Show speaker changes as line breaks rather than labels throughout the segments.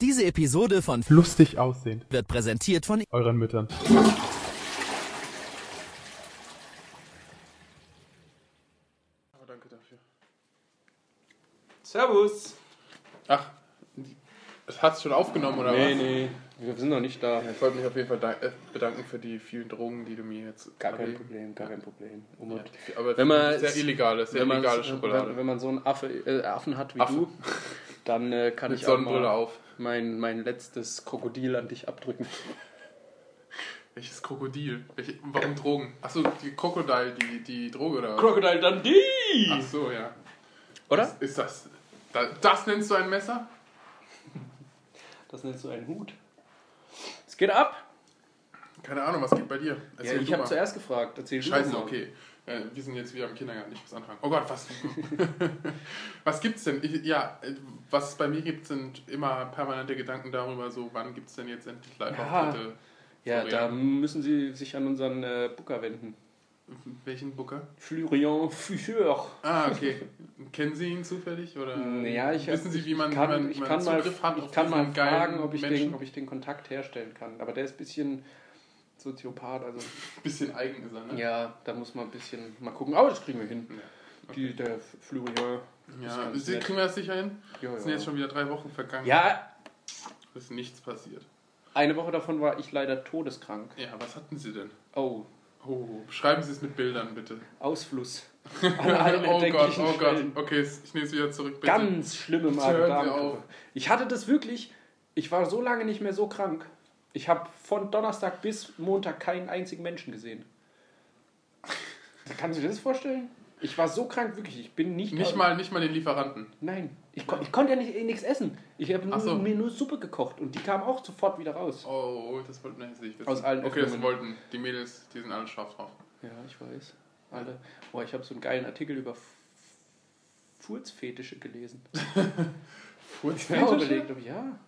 Diese Episode von
Lustig aussehend.
wird präsentiert von
Euren Müttern. Aber danke dafür.
Servus!
Ach, es hat's schon aufgenommen, oder
Nee,
was?
nee, wir sind noch nicht da.
Ja, ich wollte mich auf jeden Fall da- äh, bedanken für die vielen Drogen, die du mir jetzt
Gar kein
erlegen-
Problem, gar kein Problem. Um
Ja, aber
Wenn man-
sehr illegale, sehr
wenn, man,
illegale Schokolade.
wenn, wenn man so einen Affe, äh, Affen hat wie
Affe.
du, dann äh, kann
Mit
ich auch
Sonnenbrille
mal
auf.
Mein, mein letztes Krokodil an dich abdrücken.
Welches Krokodil? Welche, warum Drogen? Achso, die Krokodil, die, die Droge oder was?
Crocodile Dundee!
Achso, ja.
Oder?
Ist das, da- das nennst du ein Messer?
Das nennst du einen Hut. Es geht ab!
Keine Ahnung, was geht bei dir?
Ja,
Erzähl
ich
du
habe
mal.
zuerst gefragt. Erzähl du
Scheiße,
doch mal.
okay. Äh, wir sind jetzt wieder im Kindergarten, ich muss anfangen. Oh Gott, was? was gibt's denn? Ich, ja, äh, was es bei mir gibt, sind immer permanente Gedanken darüber, so wann gibt's denn jetzt endlich Live-Auftritte?
Ja,
Florian.
da müssen sie sich an unseren äh, Booker wenden.
Welchen Booker?
Florian Fücheur.
Ah, okay. Kennen Sie ihn zufällig? Oder
Naja, Hm, ich,
wissen Sie, wie man,
ich kann,
wie man,
ich
wie man
kann mal,
Zugriff hat
ich
auf
kann
diesen
mal
geilen
fragen, ob ich, den,
Menschen?
ob ich den Kontakt herstellen kann. Aber der ist ein bisschen Soziopath. Also,
bisschen eigen ist er, ne?
ja, da muss man ein bisschen mal gucken. Aber das kriegen wir hin.
Ja,
Die, der Florian. ist
Ja,
ganz
Sie-
nett.
kriegen wir das sicher hin?
Ja,
Es sind
ja.
jetzt schon wieder drei Wochen vergangen.
ja,
Es ist nichts passiert.
eine Woche davon war ich leider todeskrank.
Ja, was hatten Sie denn?
Oh,
Oh, beschreiben Sie es mit Bildern, bitte.
Ausfluss. An allen
oh Gott,
erdenklichen
oh Gott.
Stellen.
Okay, ich nehme es wieder zurück, bitte.
Ganz schlimme
Bitte hören Sie
Magen-Darm.
auf.
Ich hatte das wirklich, ich war so lange nicht mehr so krank. Ich habe von Donnerstag bis Montag keinen einzigen Menschen gesehen. Kannst du dir das vorstellen? Ich war so krank, wirklich. Ich bin nicht.
Nicht mal, nicht mal den Lieferanten.
Nein, ich, kon ich konnte ja nicht, eh nichts essen. Ich habe
Ach so.
mir nur Suppe gekocht und die kam auch sofort wieder raus.
Oh, das wollten nein, das sehe ich jetzt.
Aus allen
Okay, das
Öffnungen.
wollten. Die Mädels, die sind alle scharf drauf.
Ja, ich weiß. Alle. Boah, ich habe so einen geilen Artikel über F- Furzfetische gelesen. Ich hab auch überlegt, ob- ja.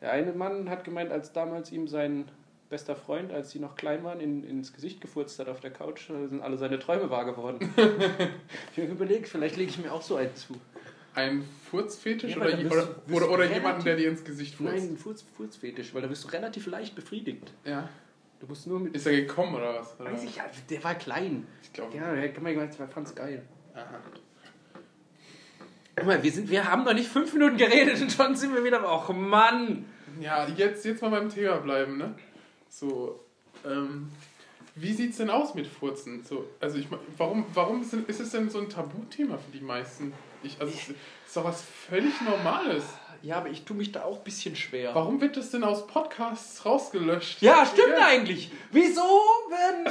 Der eine Mann hat gemeint, als damals ihm sein bester Freund, als sie noch klein waren, in, ins Gesicht gefurzt hat auf der Couch, äh, sind alle seine Träume wahr geworden. ich habe überlegt, vielleicht lege ich mir auch so einen zu.
Ein Furzfetisch
Ja,
oder,
weil dann
je-
wirst-
oder,
wirst
oder,
du
oder
relativ-
jemanden, der dir ins Gesicht furzt?
Nein, ein Furz, Furzfetisch, weil da bist du relativ leicht befriedigt.
Ja.
Du musst nur mit...
Ist er gekommen oder was? Oder?
Weiß ich, ja, der war klein.
Ich glaube.
Ja, der hat mir gemeint, der fand's geil.
Aha.
Guck mal, wir, sind, wir haben noch nicht fünf Minuten geredet und schon sind wir wieder... Och, Mann!
Ja, jetzt, jetzt mal beim Thema bleiben, ne? So, ähm, wie sieht's denn aus mit Furzen? So, also ich mein, warum, warum sind, ist es denn so ein Tabuthema für die meisten? Ich, also es ist doch was völlig Normales.
Ja, aber ich tue mich da auch ein bisschen schwer.
Warum wird das denn aus Podcasts rausgelöscht?
Ja, stimmt eigentlich. Wieso werden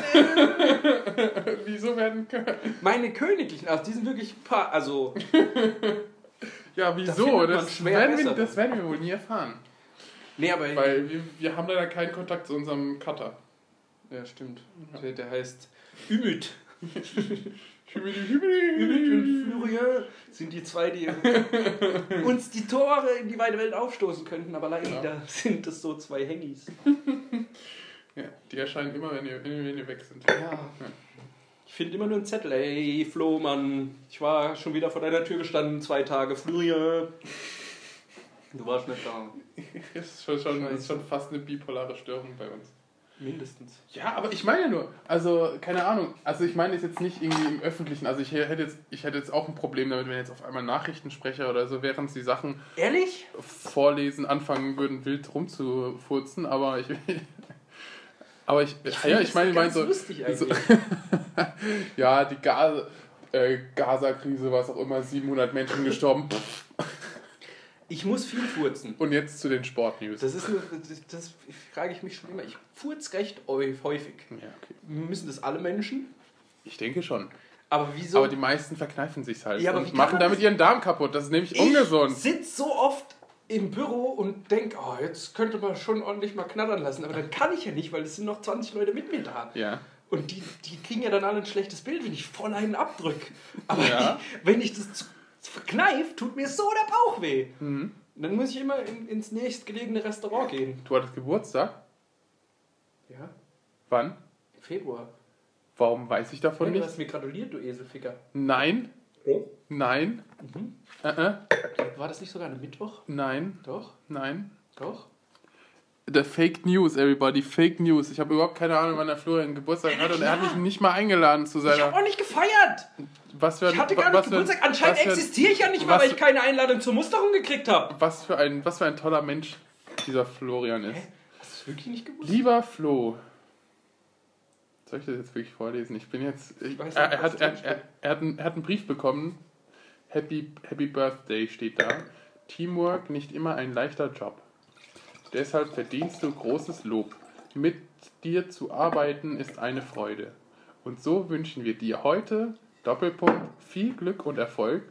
äh,
Wieso werden Kö-
meine Königlichen, ach, die sind wirklich ein paar, also
Ja,
findet
wieso?
man
Das
schwer
werden, wir,
bessere.
das werden wir wohl nie erfahren.
nee, aber
Weil wir, wir haben leider keinen Kontakt zu unserem Cutter.
ja, stimmt. Der, der heißt Ümit.
Hübidi,
Ümit und
hübidi.
Flurieux sind die zwei, die uns die Tore in die weite Welt aufstoßen könnten, aber leider
Ja.
sind das so zwei Hängis.
Ja, die erscheinen immer, wenn wir, wenn wir weg sind.
Ja. Ich finde immer nur einen Zettel. Ey, Flo, Mann, ich war schon wieder vor deiner Tür gestanden, zwei Tage. Flurieux. Du warst nicht da.
Das ist schon, schon,
Scheiße.
ist schon fast eine bipolare Störung bei uns.
Mindestens.
Ja, aber ich meine nur, also keine Ahnung, also ich meine es jetzt nicht irgendwie im Öffentlichen, also ich hätte jetzt, ich hätte jetzt auch ein Problem damit, wenn jetzt auf einmal Nachrichtensprecher oder so, während sie Sachen
Ehrlich?
vorlesen, anfangen würden, wild rumzufurzen, aber ich... Aber ich, ja,
find
ich
das
meine, ich meine
ganz
so,
lustig
so
eigentlich.
ja, die Gaza, äh, Gaza-Krise, was auch immer, 700 Menschen gestorben. Pff.
Ich muss viel furzen.
Und jetzt zu den Sportnews.
Das ist eine, das, das frage ich mich schon immer. Ich furz recht eu- häufig.
ja, okay.
Müssen das alle Menschen?
Ich denke schon.
Aber wieso?
Aber die meisten verkneifen sich halt
Ja, aber
und
wie kann
machen
man
damit
das-
ihren Darm kaputt. Das ist nämlich
ich
ungesund.
sitze so oft im Büro und denke, oh, jetzt könnte man schon ordentlich mal knattern lassen. Aber dann kann ich ja nicht, weil es sind noch 20 Leute mit mir da.
Ja.
Und die, die kriegen ja dann alle ein schlechtes Bild, wenn ich voll einen abdrück. Aber
Ja.
wenn ich das zu- zu verkneif, tut mir so der Bauch weh.
Mhm.
Dann muss ich immer in, ins nächstgelegene Restaurant gehen.
Du hattest Geburtstag?
Ja,
Wann?
im Februar.
Warum weiß ich davon
Und du
nicht?
hast mir gratuliert, du Eselficker.
Nein, nein,
Mhm.
äh, äh,
War das nicht sogar ein Mittwoch?
nein,
Doch.
nein.
Doch?
Der Fake News, everybody, Fake News. Ich habe überhaupt keine Ahnung, wann der Florian Geburtstag hat und er hat mich nicht mal eingeladen zu
Ich habe
seiner.
auch nicht gefeiert.
Was für ein,
Ich hatte gar
was
nicht
für ein-
Geburtstag. Anscheinend
was für ein-
existiere ich ja nicht mal,
was
weil ich
für-
keine Einladung zur Musterung gekriegt habe.
Was für ein, was für ein toller Mensch dieser Florian ist.
Hast du wirklich nicht gewusst?
Lieber Flo. Soll ich das jetzt wirklich vorlesen? Ich bin jetzt. Ich,
weiß nicht,
er, er,
was
hat,
drin
er, er, er, hat einen, er hat einen Brief bekommen. Happy, Happy Birthday steht da. Teamwork nicht immer ein leichter Job. Deshalb verdienst du großes Lob. Mit dir zu arbeiten ist eine Freude. Und so wünschen wir dir heute Doppelpunkt viel Glück und Erfolg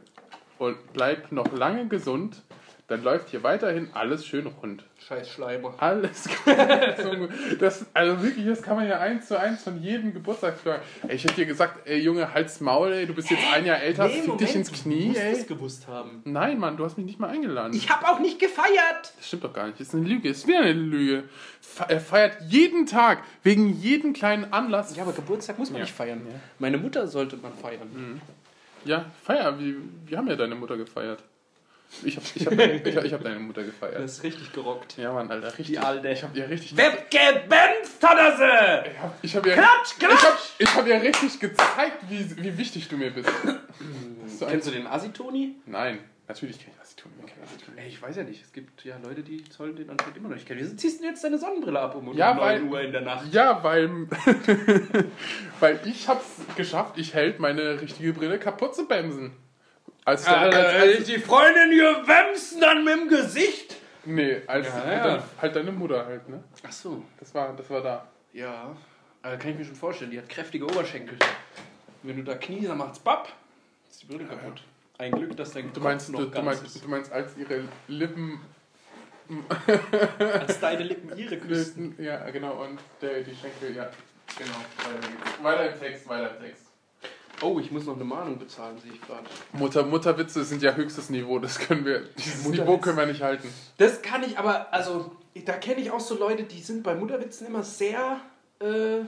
und bleib noch lange gesund. Dann läuft hier weiterhin alles schön rund.
Scheiß Schleimer.
Alles gut. Das, also wirklich, das kann man ja eins zu eins von jedem Geburtstag fragen. Ey, ich hätte dir gesagt, ey Junge, halt's Maul, ey, du bist jetzt ein Jahr älter, fick dich ins Knie,
du musst
ey.
es gewusst haben.
Nein, Mann, du hast mich nicht mal eingeladen.
Ich habe auch nicht gefeiert.
das stimmt doch gar nicht. Das ist eine Lüge, das ist wieder eine Lüge. Fe- Er feiert jeden Tag, wegen jedem kleinen Anlass.
Ja, aber Geburtstag muss man
Ja.
nicht feiern.
Ja. Mhm.
Meine Mutter sollte man feiern.
Ja, feier, wir, wir haben ja deine Mutter gefeiert. Ich hab, ich hab, ich hab, ich hab deine Mutter gefeiert.
ist richtig gerockt.
Ja, Mann, Alter, richtig.
Die Alde.
Ich hab ja richtig.
Wettgebenst hat er sie.
Ich hab, ich hab ja,
Klatsch, klatsch.
Ich hab, ich hab ja richtig gezeigt, wie, wie wichtig du mir bist. Hast du
Kennst
eins?
du den Asitoni?
Nein, natürlich kann ich das tun. Mir kann das tun.
Ey, ich weiß ja nicht. Es gibt ja Leute, die zollen den anscheinend immer noch nicht kennen. Wieso ziehst du denn jetzt deine Sonnenbrille ab um
Ja,
9
weil-
Uhr in der Nacht?
Ja, weil, weil ich hab's geschafft, ich hält meine richtige Brille kaputt zu bremsen. Als
Ah,
ich
also- äh,
dann, als, als,
die Freundin hier wemsen dann mit dem Gesicht.
nee, als
Ja,
halt,
ja.
Deine, halt deine Mutter halt, ne?
Ach so.
Das war, das war da.
Ja. Aber kann ich mir schon vorstellen. Die hat kräftige Oberschenkel. Wenn du da kniest, dann macht's bapp. Ist die Brille kaputt. Ein Glück, dass dein
Du meinst,
Kopf noch
du, du,
ganz
meinst,
ist.
du meinst, als ihre Lippen
Als deine Lippen ihre küssen.
lösten, ja, genau, und der, die Schenkel, ja.
Genau.
Weiter im Text, weiter im Text.
Oh, ich muss noch eine Mahnung bezahlen, sehe ich gerade.
Mutter, Mutterwitze sind ja höchstes Niveau, das können wir, dieses
Mutterwitz.
Niveau können wir nicht halten.
Das kann ich aber, also, da kenne ich auch so Leute, die sind bei Mutterwitzen immer sehr äh,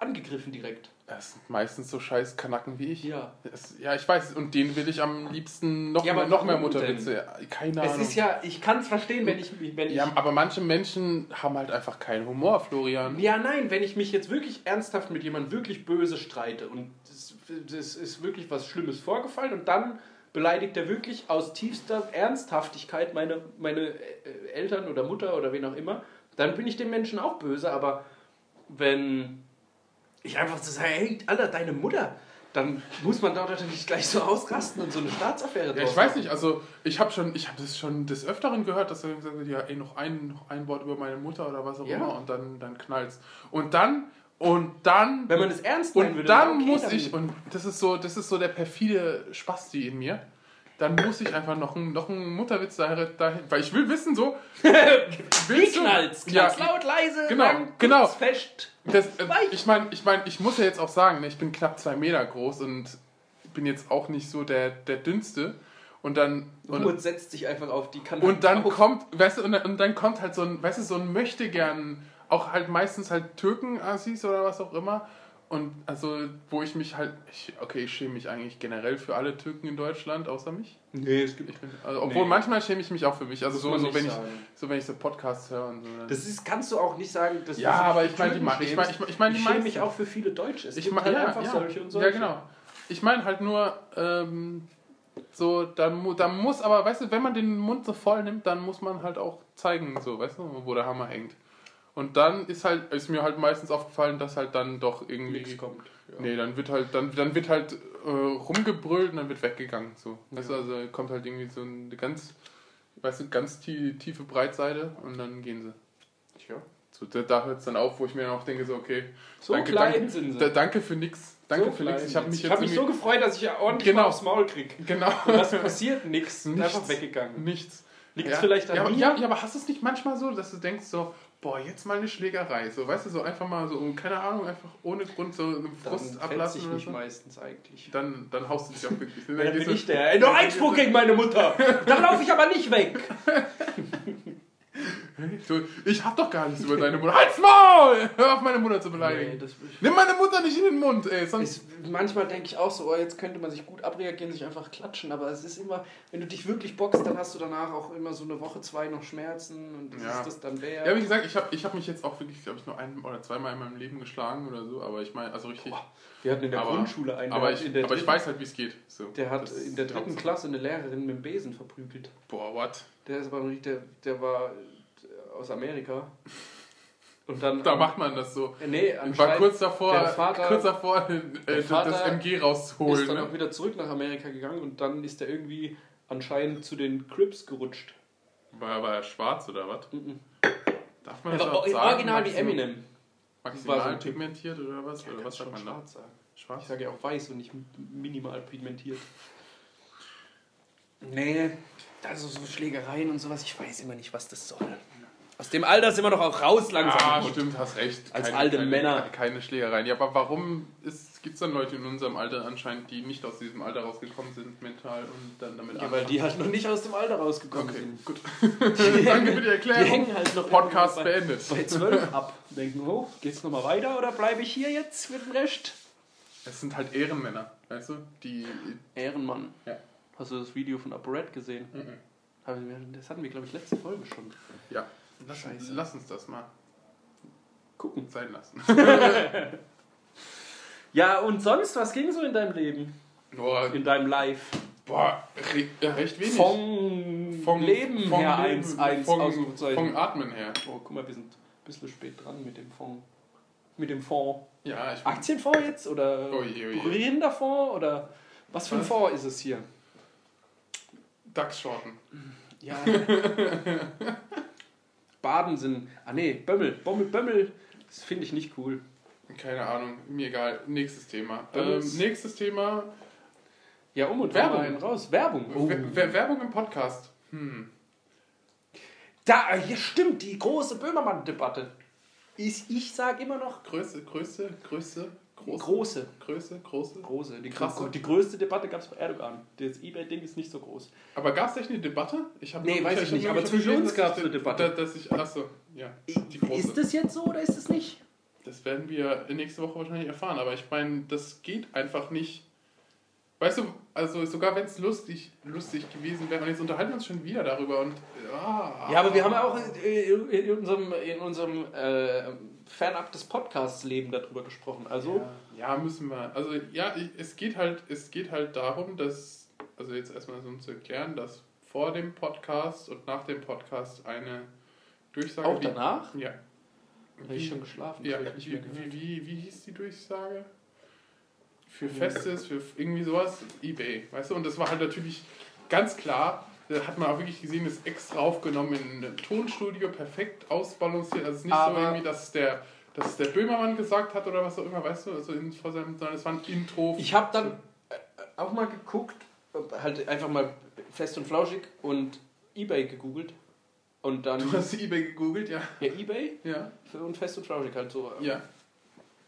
angegriffen direkt.
Das sind meistens so scheiß Kanacken wie ich.
Ja.
Das, ja, ich weiß, und denen will ich am liebsten noch,
Ja,
mehr,
aber
noch mehr
warum
Mutterwitze. Keine
Es
Ahnung.
ist ja, ich kann es verstehen, wenn ich mich, wenn ich.
ja,
Ja,
aber manche Menschen haben halt einfach keinen Humor, Florian.
nein, wenn ich mich jetzt wirklich ernsthaft mit jemandem wirklich böse streite und es es ist wirklich was Schlimmes vorgefallen und dann beleidigt er wirklich aus tiefster Ernsthaftigkeit meine, meine äh, Eltern oder Mutter oder wen auch immer, dann bin ich dem Menschen auch böse, aber wenn ich einfach so sage, hey, Alter, deine Mutter, dann muss man da natürlich gleich so ausrasten und so eine Staatsaffäre
Ja, ich
draus
weiß nicht, also ich habe schon, ich habe das schon des Öfteren gehört, dass er gesagt hat, ja, ey, noch ein, noch ein Wort über meine Mutter oder was auch
Ja.
immer und dann, dann knallt's. Und dann, und dann.
Wenn man es ernst
Und
meinen würde,
dann
okay,
muss
dann-
ich, und das ist so, das ist so der perfide Spasti in mir, dann muss ich einfach noch einen, noch einen Mutterwitz dahin, dahin, weil ich will wissen, so.
Wie
willst du-
knallt's?
Ja,
Knallt's laut, leise,
genau,
lang, kurz,
genau.
fest.
das, äh,
Weich.
ich meine, ich, mein, ich muss ja jetzt auch sagen, ne, ich bin knapp zwei Meter groß und bin jetzt auch nicht so der, der dünnste. Und dann. Und,
Ruhe setzt sich einfach auf die Kanäle.
und dann
auf.
kommt, weißt du, und, dann- und dann kommt halt so ein, weißt du, so ein möchte gern, auch halt meistens halt Türken Assis oder was auch immer. Und also, wo ich mich halt, ich, okay, ich schäme mich eigentlich generell für alle Türken in Deutschland, außer mich.
Nee, es gibt
Ich bin, also, obwohl
Nee.
manchmal schäme ich mich auch für mich. Also so,
man
so
nicht
wenn ich,
sagen.
so wenn ich so Podcasts höre und so. ne?
Das ist, kannst du auch nicht sagen, dass
Ja,
du dich
aber
für
ich meine die
Türken
Ma- ich meine- ich meine- ich meine die
schäme mich
meisten.
auch für viele Deutsche. Es
ich
gibt
meine
halt
ja,
einfach
ja.
solche und solche.
Ja, genau. Ich meine halt nur, ähm, so, da, mu- da muss aber, weißt du, wenn man den Mund so voll nimmt, dann muss man halt auch zeigen, so, weißt du, wo der Hammer hängt. Und dann ist halt, ist mir halt meistens aufgefallen, dass halt dann doch irgendwie.
Nix kommt. Ja.
Nee, dann wird halt, dann, dann wird halt äh, rumgebrüllt und dann wird weggegangen. So. Weißt
Ja.
du, also kommt halt irgendwie so eine ganz, weißt du, ganz tie- tiefe Breitseite und dann gehen sie.
Tja.
So, da da hört es dann auf, wo ich mir dann auch denke, so, okay,
So
danke,
klein
danke,
sind sie.
da, danke für nix. Danke
So
für nix.
klein
Ich habe
sind
mich
sie.
jetzt
hab mich so
irgendwie-
gefreut, dass ich ja ordentlich
Genau.
mal aufs Maul krieg.
Genau.
Und was passiert? Nix. Nichts.
Nichts.
Einfach weggegangen.
Nichts.
Liegt's vielleicht an
ja, aber,
mir?
ja, ja, aber hast du es nicht manchmal so, dass du denkst so, boah, jetzt mal eine Schlägerei, so, weißt du, so einfach mal so, um, keine Ahnung, einfach ohne Grund so einen
Dann
Frust
fetze
ablassen
ich
oder
mich
so?
meistens eigentlich.
Dann, dann haust du dich auch wirklich. Dann
Dann
gehst
bin
du-
ich der. Ey, noch ein Spruch gegen meine Mutter. Dann laufe ich aber nicht weg.
So, ich hab doch gar nichts über deine Mutter. Halt's Maul! Hör auf, meine Mutter zu
Nee,
beleidigen.
das,
Nimm meine Mutter nicht in den Mund, ey. Sonst
ist, manchmal denke ich auch so, oh, jetzt könnte man sich gut abreagieren, sich einfach klatschen, aber es ist immer, wenn du dich wirklich boxst, dann hast du danach auch immer so eine Woche, zwei noch Schmerzen und das
Ja.
ist das dann der.
ja, wie gesagt, ich habe ich hab mich jetzt auch wirklich, glaube ich, nur ein oder zweimal in meinem Leben geschlagen oder so, aber ich meine, also richtig.
Wir hatten in der
aber-
Grundschule einen,
aber
der, hat
ich,
in der
aber ich
dritten-
weiß halt, wie es geht. So,
der hat
das ist
in der
die
dritten
Hauptsache.
Klasse eine Lehrerin mit dem Besen verprügelt.
Boah, what?
Der ist aber noch nicht, der, der war äh, aus Amerika. Und dann.
Da macht man das so.
Äh, nee,
Ich war
anscheinend
kurz davor,
der Vater-
kurz davor den,
der
äh,
Vater
das MG
ist
rauszuholen.
dann auch
Ne?
wieder zurück nach Amerika gegangen und dann ist er irgendwie anscheinend zu den Crips gerutscht.
War, war er schwarz oder was?
Mhm.
Darf man
Er
das
war
auch
o-
sagen?
original wie
Maxim-
Eminem.
Maximal
War so ein Typ.
pigmentiert oder was? oder was sagt man da?
schwarz sagen. Ich
Schwarz?
sage ja auch weiß und nicht minimal pigmentiert. Nee, also so Schlägereien und sowas, ich weiß immer nicht, was das soll. Aus dem Alter sind wir doch auch raus langsam.
Ah,
Und
stimmt, hast recht.
Als alte
keine,
Männer.
Keine Schlägereien. Ja, aber warum gibt es dann Leute in unserem Alter anscheinend, die nicht aus diesem Alter rausgekommen sind, mental und dann damit
Ja, weil die halt noch nicht aus dem Alter rausgekommen
Okay,
sind.
gut.
Die
Danke für die
Die
Erklärung.
hängen halt noch
Podcast
irgendwo bei-
beendet.
Bei 12 ab. Denken, oh, geht's nochmal weiter oder bleibe ich hier jetzt mit dem Rest?
Es sind halt Ehrenmänner, weißt du? Die.
Ehrenmann.
Ja.
Hast du das Video von Upper Red gesehen?
Mhm.
Hab ich- Das hatten wir, glaube ich, letzte Folge schon.
Ja. Lass,
Scheiße.
lass uns das mal
Gucken.
sein lassen.
Ja, und sonst, was ging so in deinem Leben?
Boah,
In deinem Life?
boah re ja, recht wenig.
Vom,
Von-
Leben
von
her
Leben,
1, 1
von-
Ausrufezeichen.
Von Atmen her.
Oh, guck mal, wir sind ein bisschen spät dran mit dem Fonds. Mit dem Fonds.
Ja, ich bin
Aktienfonds jetzt oder
Oje, oje.
Rinderfonds oder was für ein
Was?
Fonds ist es hier?
DAX-Shorten.
Ja. Baden sind. Ah nee, Bömmel. Bommel, Bömmel. Das finde ich nicht cool.
Keine Ahnung, mir egal. Nächstes Thema.
Dann
Ähm,
ist-
nächstes Thema.
Ja, um und
Werbung.
Werbung rein, raus. Werbung. Oh.
Wer- Wer Werbung im Podcast. Hm.
Da, hier stimmt, die große Böhmermann-Debatte. Ich, ich sage immer noch
Größe, Größe, Größe,
große.
Große,
große.
Größe, Große.
Die,
Krasse.
gro- die größte Debatte gab es bei Erdogan. Das Ebay-Ding ist nicht so groß.
Aber gab es echt eine Debatte? Ich hab
Nee,
nur-
weiß ich
hab
nicht,
nur-
aber
hab
zwischen
gelesen,
uns
dass ich
gab's
den-
eine Debatte.
da- Dass ich, achso, ja. Die große.
Ist das jetzt so oder ist es nicht?
Das werden wir nächste Woche wahrscheinlich erfahren, aber ich meine, das geht einfach nicht. Weißt du, also sogar wenn es lustig, lustig gewesen wäre, und jetzt unterhalten wir uns schon wieder darüber und. Ah,
Ja, aber wir haben ja auch äh, in unserem, in unserem äh, fernab des Podcasts-Leben darüber gesprochen. Also,
Ja, ja, müssen wir. Also ja, ich- es geht halt, es geht halt darum, dass, also jetzt erstmal so um zu erklären, dass vor dem Podcast und nach dem Podcast eine Durchsage.
auch danach?
Wie, ja.
Habe ich schon geschlafen.
Ja,
das hab ich
wie,
nicht mehr gehört.
wie, wie, wie hieß die Durchsage? Für Festes, für irgendwie sowas, Ebay, weißt du? Und das war halt natürlich ganz klar, da hat man auch wirklich gesehen, ist extra aufgenommen in einem Tonstudio, perfekt ausbalanciert. Also es ist nicht so
Aber-
irgendwie, dass der, dass der Böhmermann gesagt hat oder was auch immer, weißt du? Also in, vor seinem, sondern es war ein Intro.
Ich habe dann äh, auch mal geguckt, äh, halt einfach mal fest und flauschig und eBay gegoogelt. Und dann.
du hast Ebay gegoogelt, ja.
Ja, eBay
Ja,
und fest und flauschig halt so. äh,
ja,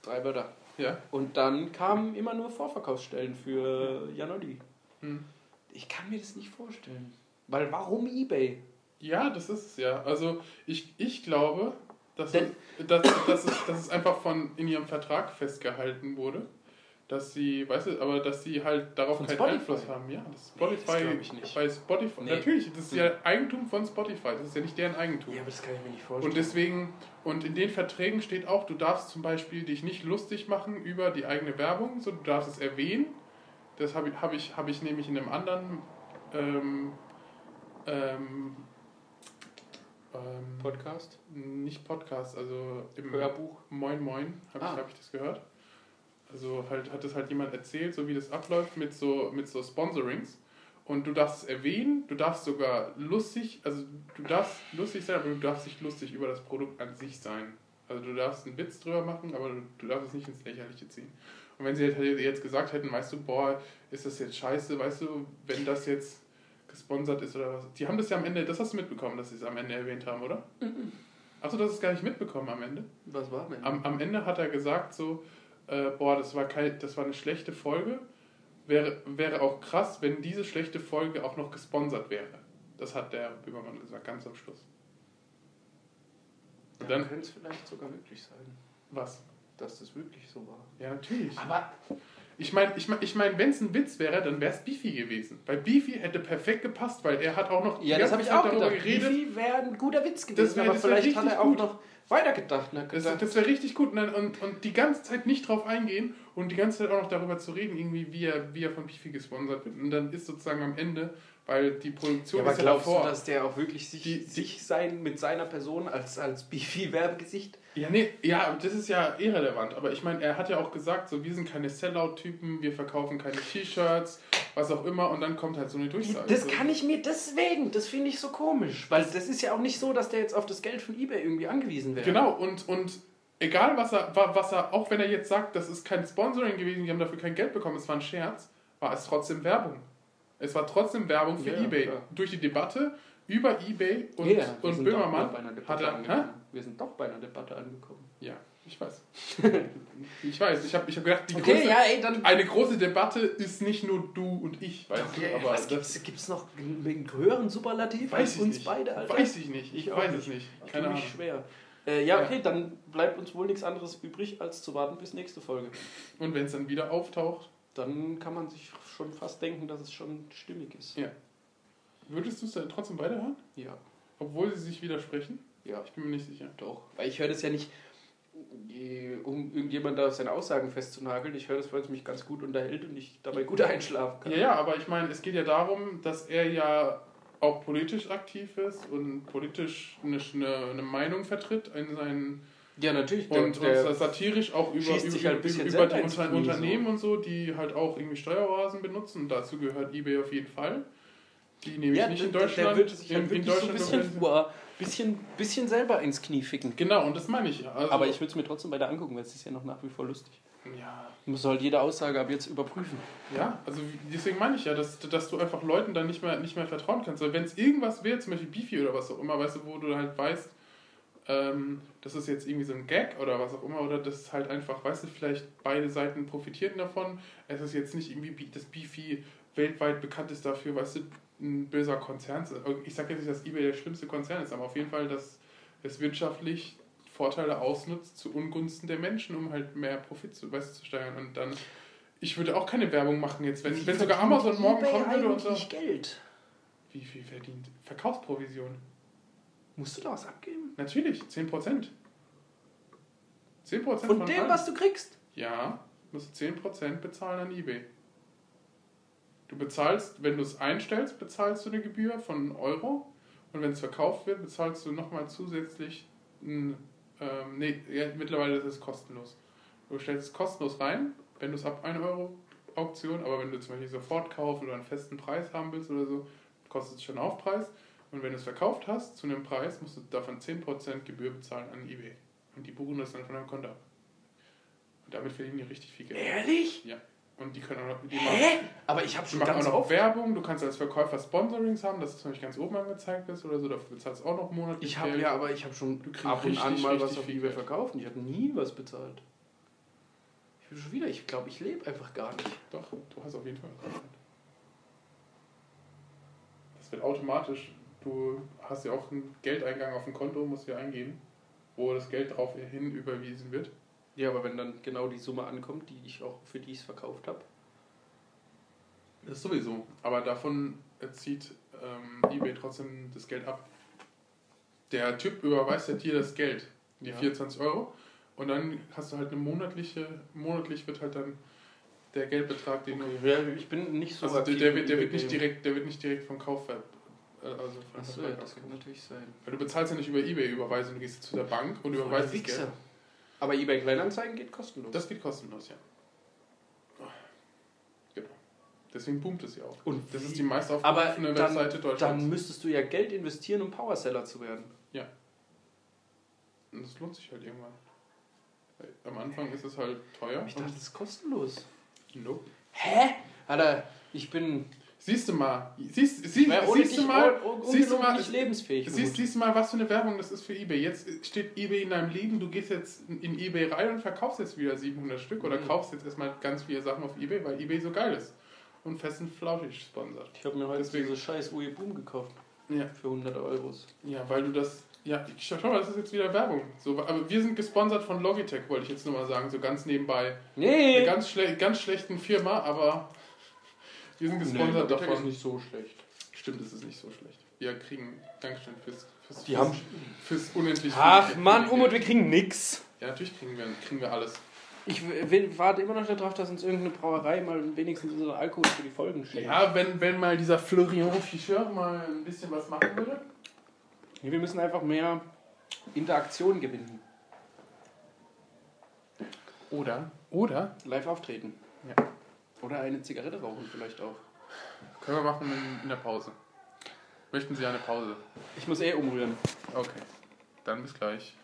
Drei Wörter.
ja.
Und dann kamen immer nur Vorverkaufsstellen für Janolli.
Hm.
Ich kann mir das nicht vorstellen. Weil warum eBay?
Ja, das ist es ja. Also ich, ich glaube, dass,
Denn-
dass, dass, es, dass es einfach von in ihrem Vertrag festgehalten wurde, dass sie, weißt du, aber dass sie halt darauf
Von
keinen
Spotify?
Einfluss haben. Ja, das
Nee, das
Spotify,
glaub ich nicht. Hm.
bei Spotify.
Nee.
Natürlich, das ist ja Eigentum von Spotify, das ist ja nicht deren Eigentum.
Ja, aber das kann ich mir nicht vorstellen.
Und deswegen, und in den Verträgen steht auch, du darfst zum Beispiel dich nicht lustig machen über die eigene Werbung, sondern du darfst es erwähnen. Das habe ich, hab ich, hab ich nämlich in einem anderen ähm, ähm, ähm,
Podcast?
nicht Podcast, also im
Hörbuch?
Moin Moin, habe
Ah.
ich, hab ich das gehört. Also halt hat das halt jemand erzählt, so wie das abläuft mit so, mit so Sponsorings. Und du darfst es erwähnen, du darfst sogar lustig, also du darfst lustig sein, aber du darfst nicht lustig über das Produkt an sich sein. Also du darfst einen Witz drüber machen, aber du, du darfst es nicht ins Lächerliche ziehen. Und wenn sie jetzt- jetzt gesagt hätten, weißt du, boah, ist das jetzt scheiße, weißt du, wenn das jetzt gesponsert ist oder was. Die haben das ja am Ende, das hast du mitbekommen, dass sie es am Ende erwähnt haben, oder? Achso, das ist gar nicht mitbekommen am Ende.
Was war denn?
Am, am Ende hat er gesagt so, äh, boah, das war, kein, das war eine schlechte Folge. Wäre, wäre auch krass, wenn diese schlechte Folge auch noch gesponsert wäre. Das hat der Böhmermann gesagt, ganz am Schluss.
Dann
Dann
könnte es vielleicht sogar möglich sein,
was?
dass das wirklich so war.
Ja, natürlich.
Aber
Ich meine, ich mein, ich mein, wenn es ein Witz wäre, dann wäre es Beefy gewesen. Weil Beefy hätte perfekt gepasst, weil er hat auch noch die
ja, das
ganze
habe ich
Zeit
auch gedacht.
halt geredet.
Wie wäre ein guter Witz
Das
gewesen,
wär-
aber
das wär
vielleicht hat
richtig
er auch
gut.
noch weitergedacht. und hat
Das,
gesagt,
das wäre richtig gut. Und, dann, und, und die ganze Zeit nicht drauf eingehen und die ganze Zeit auch noch darüber zu reden, irgendwie, wie er, wie er von Beefy gesponsert wird. Und dann ist sozusagen am Ende, weil die Produktion
Ja, aber
ist ja
glaubst du,
davor.
dass der auch wirklich sich,
Die-
sich sein mit seiner Person als, als Beefy-Werbegesicht?
Ja, nee, ja, das ist ja irrelevant. Aber ich meine, er hat ja auch gesagt, so wir sind keine Sellout-Typen, wir verkaufen keine T-Shirts, was auch immer. Und dann kommt halt so eine Durchsage.
Das
So.
kann ich mir deswegen, das finde ich so komisch. Weil das ist ja auch nicht so, dass der jetzt auf das Geld von Ebay irgendwie angewiesen wäre.
Genau, und, und egal was er, wa- was er, auch wenn er jetzt sagt, das ist kein Sponsoring gewesen, die haben dafür kein Geld bekommen, es war ein Scherz, war es trotzdem Werbung. Es war trotzdem Werbung für
Ja,
Ebay.
klar.
Durch die Debatte über Ebay und,
Und, ja, wir
und
sind doch bei einer
Böhmermann hat
Debatte
er. Hä?
angekommen. Wir sind doch bei einer Debatte angekommen.
Ja, ich weiß. ich weiß, ich habe ich hab gedacht, die
Okay,
große,
ja, ey, dann.
eine große Debatte ist nicht nur du und ich, weißt
Okay,
du, aber
was
das
gibt's, gibt's noch einen höheren Superlativ
weiß
als
ich
uns
nicht.
beide, Alter?
Weiß ich nicht, ich,
Ich auch
weiß
nicht.
es nicht.
Ich
Keine
tue
Ahnung.
mich schwer. Äh, ja,
Ja.
okay, dann bleibt uns wohl nichts anderes übrig, als zu warten bis nächste Folge.
Und wenn es dann wieder auftaucht,
Dann kann man sich schon fast denken, dass es schon stimmig ist.
Ja. würdest du es dann trotzdem weiterhören?
Ja,
Obwohl sie sich widersprechen?
ja
Ich bin mir nicht sicher.
doch. Weil ich höre das ja nicht, äh, um irgendjemand da auf seine Aussagen festzunageln. Ich höre das, weil es mich ganz gut unterhält und ich dabei gut einschlafen kann.
Ja, ja, aber ich meine, es geht ja darum, dass er ja auch politisch aktiv ist und politisch eine, eine, eine Meinung vertritt in seinen
Ja, natürlich.
und, und
der,
satirisch auch über,
schießt sich
über,
halt ein bisschen
über die
selber ins
Unter
Knie, so.
Unternehmen und so, die halt auch irgendwie Steueroasen benutzen. Und dazu gehört eBay auf jeden Fall. Die nehme ich
ja,
nicht in
der-
Deutschland.
Der würde sich halt
in, in
wirklich so ein
Deutschland
bisschen,
organisieren.
boah, bisschen, bisschen selber ins Knie ficken.
Genau, und das meine ich ja. Also,
Aber ich würde es mir trotzdem weiter angucken, weil es ist ja noch nach wie vor lustig.
Ja,
Muss halt jede Aussage ab jetzt überprüfen.
Ja, also wie- deswegen meine ich ja, dass, dass du einfach Leuten dann nicht mehr, nicht mehr vertrauen kannst. Weil wenn es irgendwas wäre, zum Beispiel Beefy oder was auch immer, weißt du, wo du halt weißt, ähm, das ist jetzt irgendwie so ein Gag oder was auch immer, oder das ist halt einfach, weißt du, vielleicht beide Seiten profitieren davon. Es ist jetzt nicht irgendwie, Be- dass Beefy weltweit bekannt ist dafür, weißt du, ein böser Konzern zu äh, Ich sage jetzt nicht, dass eBay der schlimmste Konzern ist, aber auf jeden Fall, dass es wirtschaftlich Vorteile ausnutzt zu Ungunsten der Menschen, um halt mehr Profit zu, weißt, du, zu steigern. Und dann, ich würde auch keine Werbung machen jetzt, wenn, wenn sogar Amazon morgen
eBay
kommen würde und so.
eigentlich Geld.
Wie viel verdient? Verkaufsprovision.
Musst du da was abgeben?
Natürlich, 10%. 10%
Von dem,
allem.
was du kriegst?
Ja, musst du 10% bezahlen an eBay. Du bezahlst, wenn du es einstellst, bezahlst du eine Gebühr von einem Euro und wenn es verkauft wird, bezahlst du nochmal zusätzlich ein, ähm, nee, ja, mittlerweile ist es kostenlos. Du stellst es kostenlos rein, wenn du es ab 1 Euro Auktion, aber wenn du zum Beispiel sofort kaufst oder einen festen Preis haben willst oder so, kostet es schon Aufpreis. Und wenn du es verkauft hast, zu einem Preis, musst du davon 10% Gebühr bezahlen an eBay. Und die buchen das dann von deinem Konto ab. Und damit verdienen die richtig viel Geld.
Ehrlich?
Ja. Und die können auch noch, die
Hä?
machen,
Aber ich habe
die
schon
machen auch
ganz
noch
oft.
Werbung, du kannst als Verkäufer Sponsorings haben, dass du zum Beispiel ganz oben angezeigt bist oder so, dafür bezahlst du auch noch monatlich
Ich habe
Geld.
ja, aber ich habe schon
Du kriegst
ab und an
richtig,
mal
richtig
was auf
viel
eBay
Geld.
verkauft. und Ich habe nie was bezahlt. Ich bin schon wieder. Ich glaube, ich lebe einfach gar nicht.
Doch, du hast auf jeden Fall was bezahlt. Das wird automatisch, du hast ja auch einen Geldeingang auf dem Konto, musst du ja eingeben, wo das Geld drauf hin überwiesen wird.
Ja, aber wenn dann genau die Summe ankommt, die ich auch für die ich es verkauft habe.
Das sowieso. Aber davon zieht ähm, eBay trotzdem das Geld ab. Der Typ überweist ja dir das Geld, die
Ja.
24 Euro. Und dann hast du halt eine monatliche, monatlich wird halt dann der Geldbetrag, den
Ja, ich bin nicht
du.
so.
Also der,
aktiv
der,
im
wird, der, wird
eBay.
nicht direkt, der wird nicht direkt vom Kauf ver, äh, also vom
Achso, ja,
Vertrag
das kann
abgebucht.
natürlich sein.
Weil du bezahlst ja nicht über Ebay Überweisung, du gehst zu der Bank und überweist das Geld.
Wichser. Aber eBay Kleinanzeigen geht kostenlos.
Das geht kostenlos, ja. Genau. Deswegen boomt es ja auch.
Und
das
wie-
ist die meist
Aber
aufgerufene
dann,
Webseite Deutschlands.
dann müsstest du ja Geld investieren, um Powerseller zu werden.
Und das lohnt sich halt irgendwann. Weil Am Anfang ist es halt teuer.
Ich dachte, das ist kostenlos.
und- nope.
Hä? Alter, ich bin
Siehst du mal, siehst, sie,
ich wär ohne
siehst du
dich
mal,
un- un-
siehst du
ungelogen
mal,
nicht lebensfähig.
siehst, siehst du mal, was für eine Werbung das ist für eBay. Jetzt steht eBay in deinem Leben, du gehst jetzt in eBay rein und verkaufst jetzt wieder 700 Stück oder
Mhm.
kaufst jetzt erstmal ganz viele Sachen auf eBay, weil eBay so geil ist und fest und flauschig sponsert.
ich habe mir heute
Deswegen-
diese scheiß UE Boom gekauft
Ja,
für 100 Euros.
ja, weil du das Ja, ich schau schau mal, das ist jetzt wieder Werbung. So, aber wir sind gesponsert von Logitech, wollte ich jetzt nur mal sagen, so ganz nebenbei. Eine
Nee.
ganz, schle ganz schlechten Firma, aber wir sind gesponsert
Logitech
davon.
ist nicht so schlecht.
Stimmt, es ist nicht so schlecht. Wir kriegen Dankeschön fürs, fürs,
Die
fürs,
haben-
fürs unendlich.
Ach
viele
Mann,
Geld.
Umut, wir kriegen nix.
Ja, natürlich kriegen wir, kriegen wir alles.
Ich will, warte immer noch darauf, dass uns irgendeine Brauerei mal wenigstens unseren Alkohol für die Folgen schickt.
Ja, wenn, wenn mal dieser Florian Fischer mal ein bisschen was machen würde.
Wir müssen einfach mehr Interaktion gewinnen.
Oder, oder,
Live auftreten.
Ja.
Oder eine Zigarette rauchen vielleicht auch.
können wir machen in, in der Pause. Möchten Sie eine Pause?
Ich muss eh umrühren.
Okay, dann bis gleich.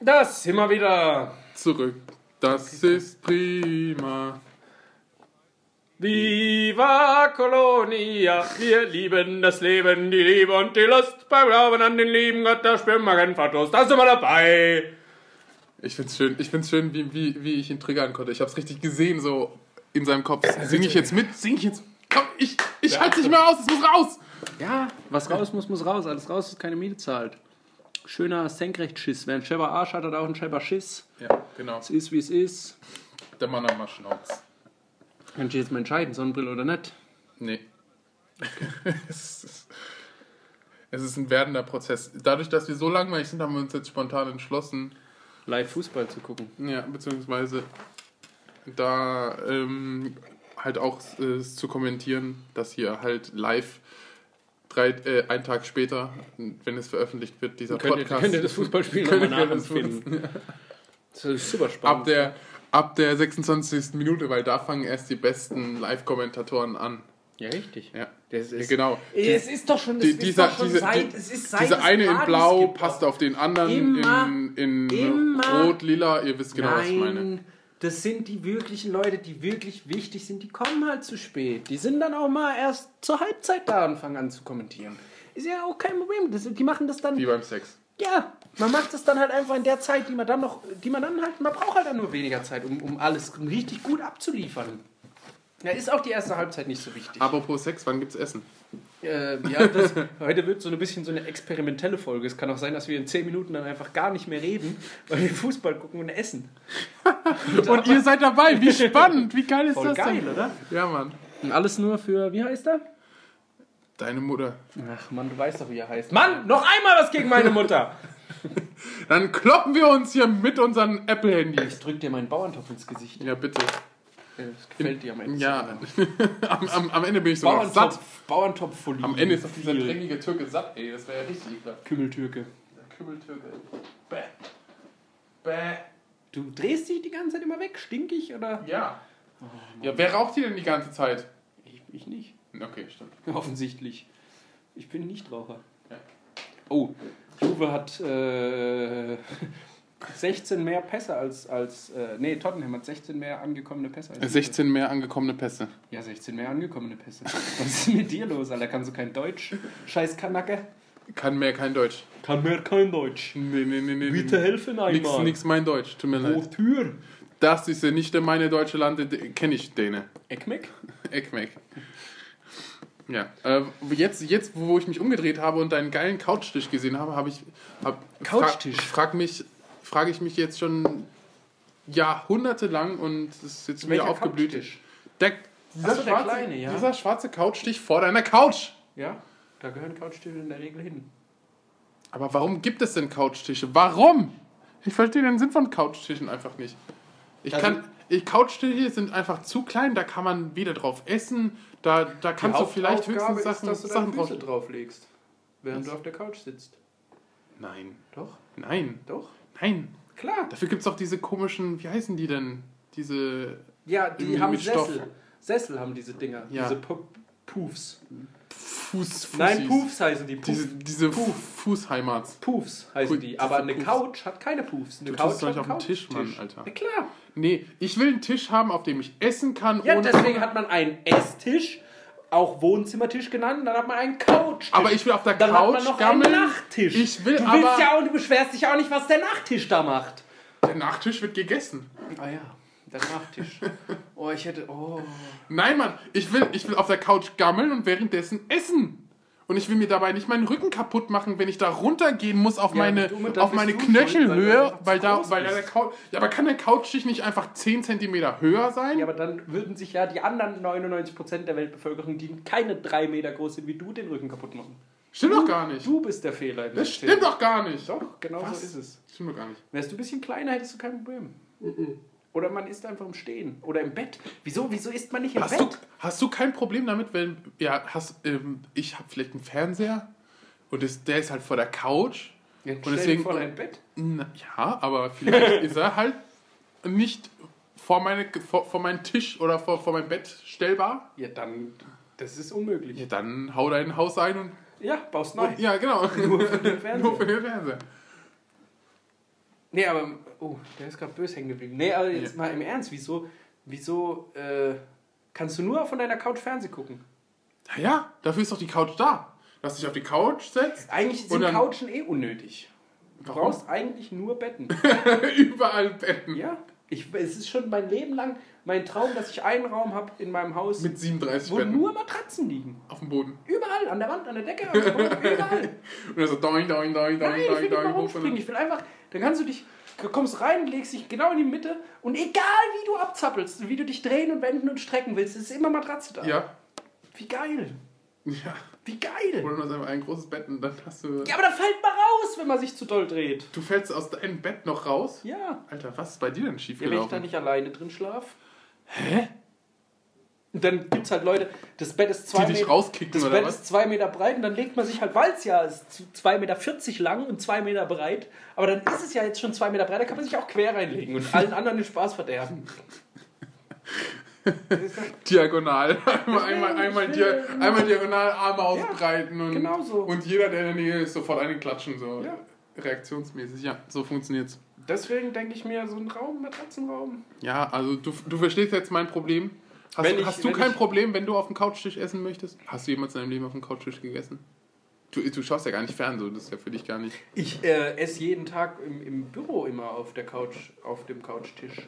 Das immer wieder.
Zurück. Das ist prima.
Viva Colonia, wir lieben das Leben, die Liebe und die Lust. Beim Glauben an den lieben Gott, da spüren wir keinen Verdust. Da sind wir dabei.
Ich find's schön, ich find's schön wie, wie, wie ich ihn triggern konnte. Ich hab's richtig gesehen, so in seinem Kopf. Sing ich jetzt mit? Sing ich jetzt? Komm, ich, ich halte nicht mehr aus, es muss raus!
Ja, was raus muss, muss raus. Alles raus ist keine Miete zahlt. Schöner Senkrechtschiss. Wer einen Schepper Arsch hat, hat auch einen Schepper Schiss.
Ja, genau.
Es ist, wie es ist.
Der Mann am Maschenhaus.
Könnt ihr jetzt mal entscheiden, Sonnenbrille oder nicht?
Nee. es, ist, es ist ein werdender Prozess. Dadurch, dass wir so langweilig sind, haben wir uns jetzt spontan entschlossen,
Live Fußball zu gucken.
Ja, beziehungsweise da ähm, halt auch äh, zu kommentieren, dass hier halt live drei, äh, einen Tag später, wenn es veröffentlicht wird, dieser
Könnt ihr,
Podcast
könnt ihr das Fußballspiel
Könnt
nochmal
ihr das
nachempfinden? Das ist super
ab,
spannend.
der, ab der 26. Minute, weil da fangen erst die besten Live-Kommentatoren an.
Ja, richtig.
Ja,
Das ist,
genau.
Es ist doch schon, es
Die-
ist
dieser-
doch schon
diese-
seit,
die-
es ist seit
Dieser
es
eine in
Partys
Blau
gibt.
passt auf den anderen
Immer,
in, in
immer.
Rot, Lila, ihr wisst genau,
Nein,
was ich meine.
das sind die wirklichen Leute, die wirklich wichtig sind. Die kommen halt zu spät.
Die sind dann auch mal erst zur Halbzeit da und fangen an zu kommentieren.
Ist ja auch kein Problem. Das, die machen das dann.
Wie beim Sex.
Ja,
Man macht das dann halt einfach in der Zeit, die man dann noch, die man dann halt, man braucht halt dann nur weniger Zeit, um, um alles richtig gut abzuliefern. Ja, ist auch die erste Halbzeit nicht so wichtig.
Apropos Sex, wann gibt's Essen?
Äh, ja, das, heute wird so ein bisschen so eine experimentelle Folge. Es kann auch sein, dass wir in 10 Minuten dann einfach gar nicht mehr reden, weil wir Fußball gucken und essen.
Und ihr seid dabei, wie spannend, wie geil ist
Voll
das
geil,
denn?
oder?
Ja, Mann.
Und alles nur für, wie heißt er?
Deine Mutter.
Ach Mann, du weißt doch, wie er heißt. Mann, noch einmal was gegen meine Mutter!
Dann kloppen wir uns hier mit unseren Apple-Handys.
Ich drück dir meinen Bauerntopf ins Gesicht.
Ja, bitte.
Äh, Das gefällt dir am Ende.
Ja, am, am, am Ende bin ich sogar satt.
Bauerntopf, Bauerntopffolie.
Am Ende ist doch dieser dreckige Türke satt, ey. Das wäre ja richtig ekelhaft.
Kümmeltürke.
Der Kümmeltürke. Bäh. Bäh.
Du drehst dich die ganze Zeit immer weg, stinkig oder?
Ja. Oh, Ja, wer raucht hier denn die ganze Zeit?
Ich, ich nicht.
Okay, stimmt.
Offensichtlich. Ich bin Nichtraucher.
Ja.
Oh, Juve hat äh, 16 mehr Pässe als. als äh, nee, Tottenham hat 16 mehr angekommene Pässe als. Juve.
16 mehr angekommene Pässe.
Ja, 16 mehr angekommene Pässe. Was ist mit dir los, Alter? Kannst du kein Deutsch? Scheiß Kanacke.
Kann mehr kein Deutsch.
Kann mir kein Deutsch.
Nee, nee, nee, nee.
Bitte
nee.
helfen
Nix,
einmal.
nix mein Deutsch, tut mir leid.
Wofür?
Das ist ja nicht meine deutsche Lande, kenne ich Däne.
Eckmeck?
Eckmeck. Ja, äh, jetzt, jetzt, wo ich mich umgedreht habe und deinen geilen Couchtisch gesehen habe, habe ich. Hab,
Couchtisch?
Frag, frag mich, frage ich mich jetzt schon jahrhundertelang und es ist jetzt wieder
Welcher
aufgeblüht.
Couchtisch?
Der, dieser,
Ach so, der
schwarze,
kleine, ja.
dieser schwarze Couchtisch vor deiner Couch!
Ja, da gehören Couchtische in der Regel hin.
Aber warum gibt es denn Couchtische? Warum? Ich verstehe den Sinn von Couchtischen einfach nicht. Ich
Also-
kann. Ich, Couchtische sind einfach zu klein, da kann man weder drauf essen, da, da kannst du vielleicht höchstens Sachen, Sachen drauf.
drauflegst, während du auf der Couch sitzt.
Nein,
Doch,
nein,
doch.
nein.
Klar.
Dafür gibt es auch diese komischen, wie heißen die denn? Diese
Ja, die
Irgendwie
haben
mit
Sessel.
Stoff.
Sessel haben diese Dinger.
Ja.
Diese Pu- Puffs.
Fuß, Fußis.
Nein, Puffs heißen die. Puff.
Diese, diese Fu- Fußheimats.
Puffs heißen
Puh,
die.
diese
Aber eine
Puffs.
Couch hat keine Puffs. Eine
Du
Couch
tust doch
hat
nicht auf den
einen
Tisch, Mann,
Couchtisch.
Alter.
Na klar.
Nee, ich will einen Tisch haben, auf dem ich essen kann.
Ja,
ohne-
deswegen hat man einen Esstisch, auch Wohnzimmertisch genannt, und dann hat man einen Couch.
aber ich will auf der
dann hat man
Couch
noch
gammeln.
einen Nachttisch.
Ich will
du willst
aber.
ja auch, du beschwerst dich ja auch nicht, was der Nachttisch da macht.
der Nachtisch wird gegessen.
Ah ja, der Nachttisch. oh, ich hätte. Oh.
Nein, Mann, ich will, ich will auf der Couch gammeln und währenddessen essen. Und ich will mir dabei nicht meinen Rücken kaputt machen, wenn ich da runtergehen muss auf
Ja,
meine,
du mit- da
auf
bist
meine
du schuld, weil du
Knöchelhöhe,
einfach zu
weil da,
groß
weil da der Couch. Ja, aber kann der Couchstich nicht einfach 10 cm höher sein?
Ja, aber dann würden sich ja die anderen 99% der Weltbevölkerung, die keine drei Meter groß sind wie du, den Rücken kaputt machen.
stimmt doch gar nicht.
Du bist der Fehler. in dem
Das
System.
stimmt doch gar nicht.
Doch, genau
Was?
so ist es.
Stimmt doch gar nicht.
Wärst du ein bisschen kleiner, hättest du kein Problem.
Mhm.
Oder man isst einfach im Stehen oder im Bett. Wieso, wieso isst man nicht im
Hast du,
Bett?
hast du kein Problem damit, wenn. Ja, hast, ähm, ich habe vielleicht einen Fernseher und das, der ist halt vor der Couch.
Ja,
und
stell dir
deswegen-
vor dein Bett.
Na, ja, aber vielleicht ist er halt nicht vor, meine, vor, vor meinen Tisch oder vor, vor mein Bett stellbar.
Ja, dann, das ist unmöglich.
Ja, dann hau dein Haus ein und.
Ja, baust neu.
Ja, genau. Nur
für den Fernseher.
Nur für den Fernseher.
Nee, aber, oh, der ist gerade böse hängen geblieben. Nee, aber jetzt
Ja.
mal im Ernst, wieso, wieso, äh, kannst du nur von deiner Couch Fernsehen gucken?
Naja, dafür ist doch die Couch da. Dass du dich auf die Couch setzt.
Eigentlich sind
Und dann-
Couchen eh unnötig. Du
Warum?
brauchst eigentlich nur Betten.
Überall Betten.
ja, ich, es ist schon mein Leben lang mein Traum, dass ich einen Raum habe in meinem Haus,
Mit 37
wo
Betten
nur Matratzen liegen.
auf dem Boden.
Überall, an der Wand, an der Decke, am Boden, überall.
Und dann so doing, doing, doing, doing,
Nein, ich will
doing,
nicht mal
doing,
rumspringen. Ich will einfach, dann kannst du dich, du kommst rein, legst dich genau in die Mitte und egal wie du abzappelst, wie du dich drehen und wenden und strecken willst, ist immer Matratze da.
Ja.
Wie geil.
Ja.
Wie geil.
Oder du hast einfach ein großes Bett und dann hast du.
Ja, aber da fällt man raus, wenn man sich zu doll dreht.
Du fällst aus deinem Bett noch raus?
Ja.
Alter, was ist bei dir denn schief
Ja, wenn ich da
gelaufen?
nicht alleine drin schlaf. Hä? Und dann gibt's halt Leute, das Bett ist zwei
Die dich
Meter,
rauskicken,
das
oder
Bett
was?
ist zwei Meter breit und dann legt man sich halt, weil es ja ist zu- zwei Meter 40 lang und zwei Meter breit, aber dann ist es ja jetzt schon zwei Meter breit, da kann man sich auch quer reinlegen und allen anderen den Spaß verderben.
Diagonal. Einmal, einmal, einmal,
ich
dia
will-
einmal diagonal Arme ausbreiten und,
genau so.
und jeder, der in der Nähe ist, sofort einen klatschen. So.
Ja.
Reaktionsmäßig, ja, so funktioniert's.
Deswegen denke ich mir, so ein Raum, Matratzenraum.
Ja, also du, du verstehst jetzt mein Problem. Hast,
Wenn
du-
ich-
hast du
wenn
kein
ich-
Problem, wenn du auf dem Couchtisch essen möchtest? Hast du jemals in deinem Leben auf dem Couchtisch gegessen? Du, du schaust ja gar nicht fern, so das ist ja für dich gar nicht.
Ich äh, esse jeden Tag im, im Büro immer auf der Couch, auf dem Couchtisch.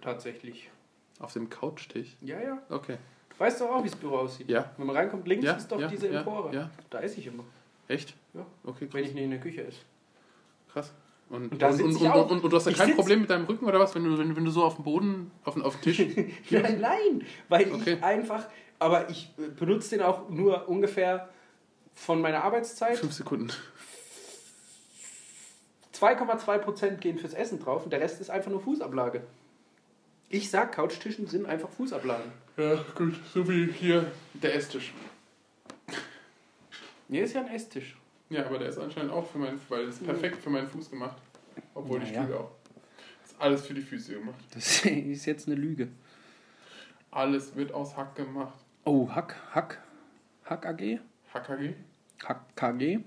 Tatsächlich.
Auf dem Couchtisch?
Ja, ja.
Okay.
Du weißt doch auch, wie das Büro aussieht.
Ja.
Wenn man reinkommt, links
Ja,
ist doch
ja,
diese
ja,
Empore.
ja.
Da esse ich immer.
Echt?
Ja.
Okay, krass.
Wenn ich nicht in der Küche esse.
krass. Und, und,
Und da
und,
sitz
und,
ich
und,
auch.
und du hast ja
Ich
kein
sitz-
Problem mit deinem Rücken oder was, wenn du, wenn, wenn du so auf dem Boden, auf den, auf den Tisch.
Ja, nein, weil
Okay.
ich einfach, aber ich äh, benutze den auch nur ungefähr von meiner Arbeitszeit.
Fünf Sekunden.
2,2% gehen fürs Essen drauf und der Rest ist einfach nur Fußablage. Ich sag, Couchtischen sind einfach Fußablagen.
Ja, gut, so wie hier der Esstisch.
Nee, ist ja ein Esstisch.
Ja, aber der ist anscheinend auch für meinen, weil
Mhm.
das ist perfekt für meinen Fuß gemacht. Obwohl die
Naja.
Stühle auch. Ist alles für die Füße gemacht.
Das ist jetzt eine Lüge.
Alles wird aus Hack gemacht.
Oh, Hack, Hack, Hack AG,
HKG?
Hack KG,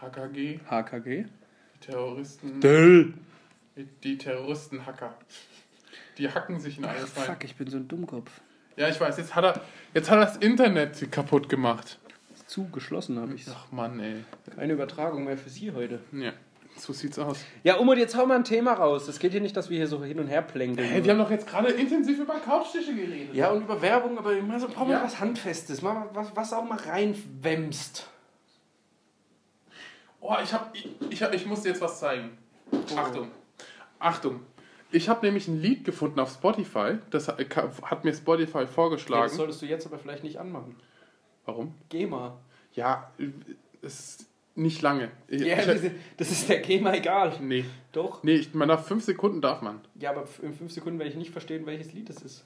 HKG?
HKG.
Die Terroristen.
Dell!
Die Terroristen-Hacker. Die hacken sich in alles rein.
Fuck, ich bin so ein Dummkopf.
Ja, ich weiß, jetzt hat er, jetzt hat er das Internet kaputt gemacht.
Ist Zu geschlossen habe ich
Ach Mann, ey.
Hm. Keine Übertragung mehr für Sie heute.
Ja, so sieht's aus.
Ja, Umut, jetzt hau mal ein Thema raus. Es geht hier nicht, dass wir hier so hin und her plänkeln.
Hey, wir haben doch jetzt gerade intensiv über Couchtische geredet.
ja, und über Werbung, aber immer so, brauchen wir
Ja.
was Handfestes, mal was, was auch mal reinwämst.
Oh, ich hab, ich, ich, hab, ich muss dir jetzt was zeigen.
Oh.
Achtung. Achtung. Ich habe nämlich ein Lied gefunden auf Spotify. Das hat- hat mir Spotify
Ja,
vorgeschlagen.
das solltest du jetzt aber vielleicht nicht anmachen.
Warum?
GEMA.
Ja, es ist nicht lange. Ich,
Ja,
ich,
das ist- das ist der GEMA egal.
nee,
Doch.
nee ich, man darf fünf Sekunden darf man.
Ja, aber in fünf Sekunden werde ich nicht verstehen, welches Lied es ist.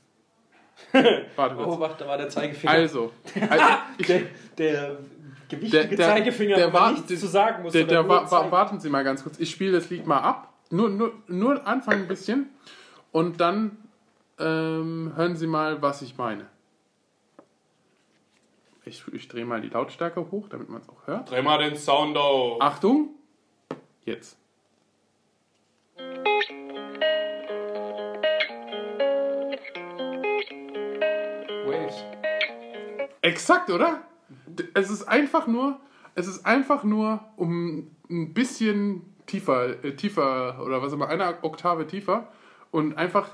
Warte kurz.
Oh, warte, da war der Zeigefinger.
also, also ich,
der, der gewichtige
Der- der-
Zeigefinger,
der
wo
war-
man nichts
der-
zu sagen muss.
der,
sondern
der,
nur
wa, wa,
zeigen.
warten Sie mal ganz kurz. Ich spiele das Lied mal ab. Nur, nur, nur anfangen ein bisschen. Und dann ähm, hören Sie mal, was ich meine. Ich, ich drehe mal die Lautstärke hoch, damit man es auch hört.
Dreh mal den Sound auf.
Achtung! Jetzt.
Waves.
Exakt, oder? D- Es ist einfach nur, es ist einfach nur um ein bisschen tiefer, äh, tiefer oder was immer, eine Oktave tiefer und einfach.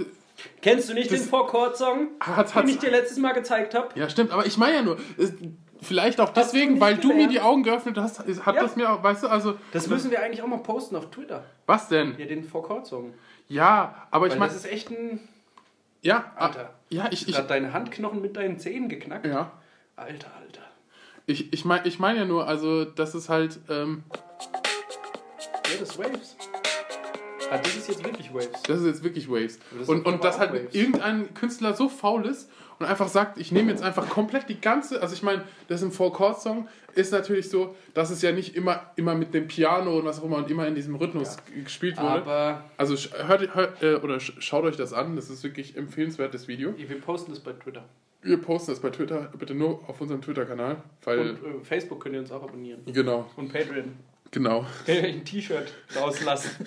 Kennst du nicht
Das-
den Vorchord-Song,
Hat-
den
hat's-
ich dir letztes Mal gezeigt habe?
Ja, stimmt, aber ich meine ja nur, es, Vielleicht auch
Hast du
deswegen,
nicht
weil du mir
gelernt?
die Augen geöffnet hast, ist- hat
Ja.
das mir auch, weißt du, also.
Das müssen wir eigentlich auch mal posten auf Twitter.
Was denn?
Ja, den Four-Chord-Song.
Ja, aber ich
Weil
meine.
das ist echt ein...
Ja, ah,
Alter.
ja, ich, ich,
Hat deine Handknochen mit deinen Zähnen geknackt?
ja.
Alter, Alter.
Ich, ich meine ich mein ja nur, also, das ist halt. Ähm,
Ja, das ist Waves. Ah, das ist jetzt wirklich Waves.
Das ist jetzt wirklich Waves.
Aber das
und
sind
und
aber
dass
auch
halt
Waves.
irgendein Künstler so faul ist und einfach sagt, ich nehme jetzt einfach komplett die ganze, also ich meine, das im Four Chord Song ist natürlich so, dass es ja nicht immer, immer mit dem Piano und was auch immer und immer in diesem Rhythmus g- gespielt wurde.
Aber
also sch- hört, hört äh, oder sch- schaut euch das an, das ist wirklich empfehlenswertes Video.
wir posten das bei Twitter.
Wir posten das bei Twitter, bitte nur auf unserem Twitter-Kanal, weil
Und äh, Facebook könnt ihr uns auch abonnieren.
genau,
Und Patreon.
genau,
Könnt ihr euch ein T-Shirt rauslassen.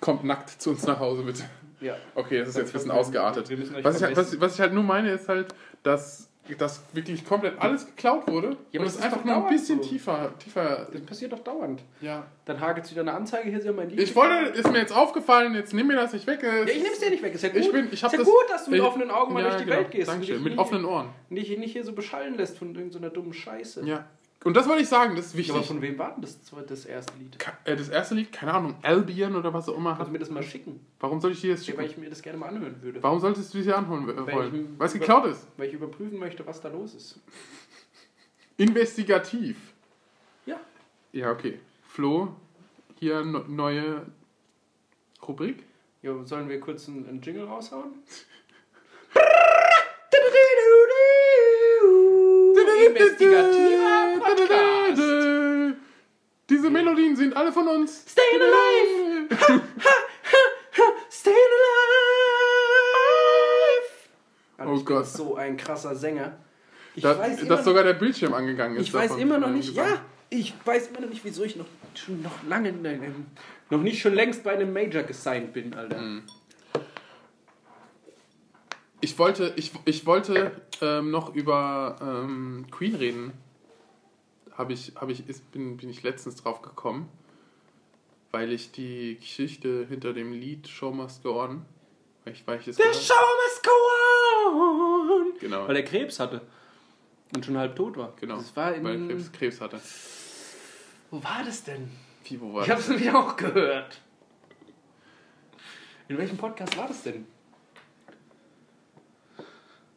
kommt nackt zu uns nach Hause bitte.
ja.
Okay, das ist jetzt ein bisschen
Wir-
ausgeartet.
wir müssen euch
Was ich, halt- was,
verbessern.
was ich halt nur meine, ist halt, dass das wirklich komplett alles geklaut wurde.
Ja, aber
und
das
es
ist
einfach
doch
nur ein
dauernd
bisschen
so.
tiefer, tiefer.
Das passiert doch dauernd.
Ja.
Dann hagelt wieder eine Anzeige, hier ist ja mein Lied.
Ich wollte, ist mir jetzt aufgefallen, jetzt nimm mir das nicht weg.
Ja, ich nehm's dir nicht weg, ist ja gut.
Ich bin, ich
ist
hab
ja
das,
gut, dass du mit
ich-
offenen Augen mal
Ja,
durch die
genau.
Welt gehst. und
Dankeschön,
dich
mit
nicht-
offenen Ohren.
Nicht, nicht hier so beschallen lässt von irgendeiner dummen Scheiße.
Ja. Und das wollte ich sagen, das ist
Ja, aber
wichtig.
von wem war denn das, zweite- das erste Lied?
Ka- äh, Das erste Lied, keine Ahnung, Albion oder was auch immer.
Kannst
Hat,
du mir das mal schicken?
warum soll ich dir das
Ja, weil
schicken?
ich mir das gerne mal anhören würde.
Warum solltest du es hier anholen äh,
Weil
wollen?
ich-
Weil es geklaut ist.
Weil ich überprüfen möchte, was da los ist.
Investigativ.
Ja.
Ja, okay. Flo, hier ne neue Rubrik.
ja sollen wir kurz einen, einen Jingle raushauen? Investigativer Podcast.
Diese Melodien sind alle von uns.
Stayin' alive. Staying alive. Mann,
Oh
ich
Gott.
Bin so ein krasser Sänger. Ich
Da,
weiß immer,
dass sogar der Bildschirm angegangen ist.
ich weiß
davon,
immer noch
ähm,
nicht,
gesagt.
ja, ich weiß immer noch nicht, wieso ich noch, schon noch lange, nein, nein, noch nicht schon längst bei einem Major gesigned bin, Alter.
Mhm. Ich wollte, ich, ich wollte ähm, noch über ähm, Queen reden. Habe ich, habe ich, ist, bin, bin ich letztens drauf gekommen, weil ich die Geschichte hinter dem Lied Show Must Go On, weil ich, weil ich es
The
gehört-
show must go on.
Genau.
Weil er Krebs hatte. Und schon halb tot war.
Genau.
Das war in.
Weil Krebs, Krebs hatte.
Wo war das denn?
Fibo war
Ich hab's nämlich auch gehört. In welchem Podcast war das denn?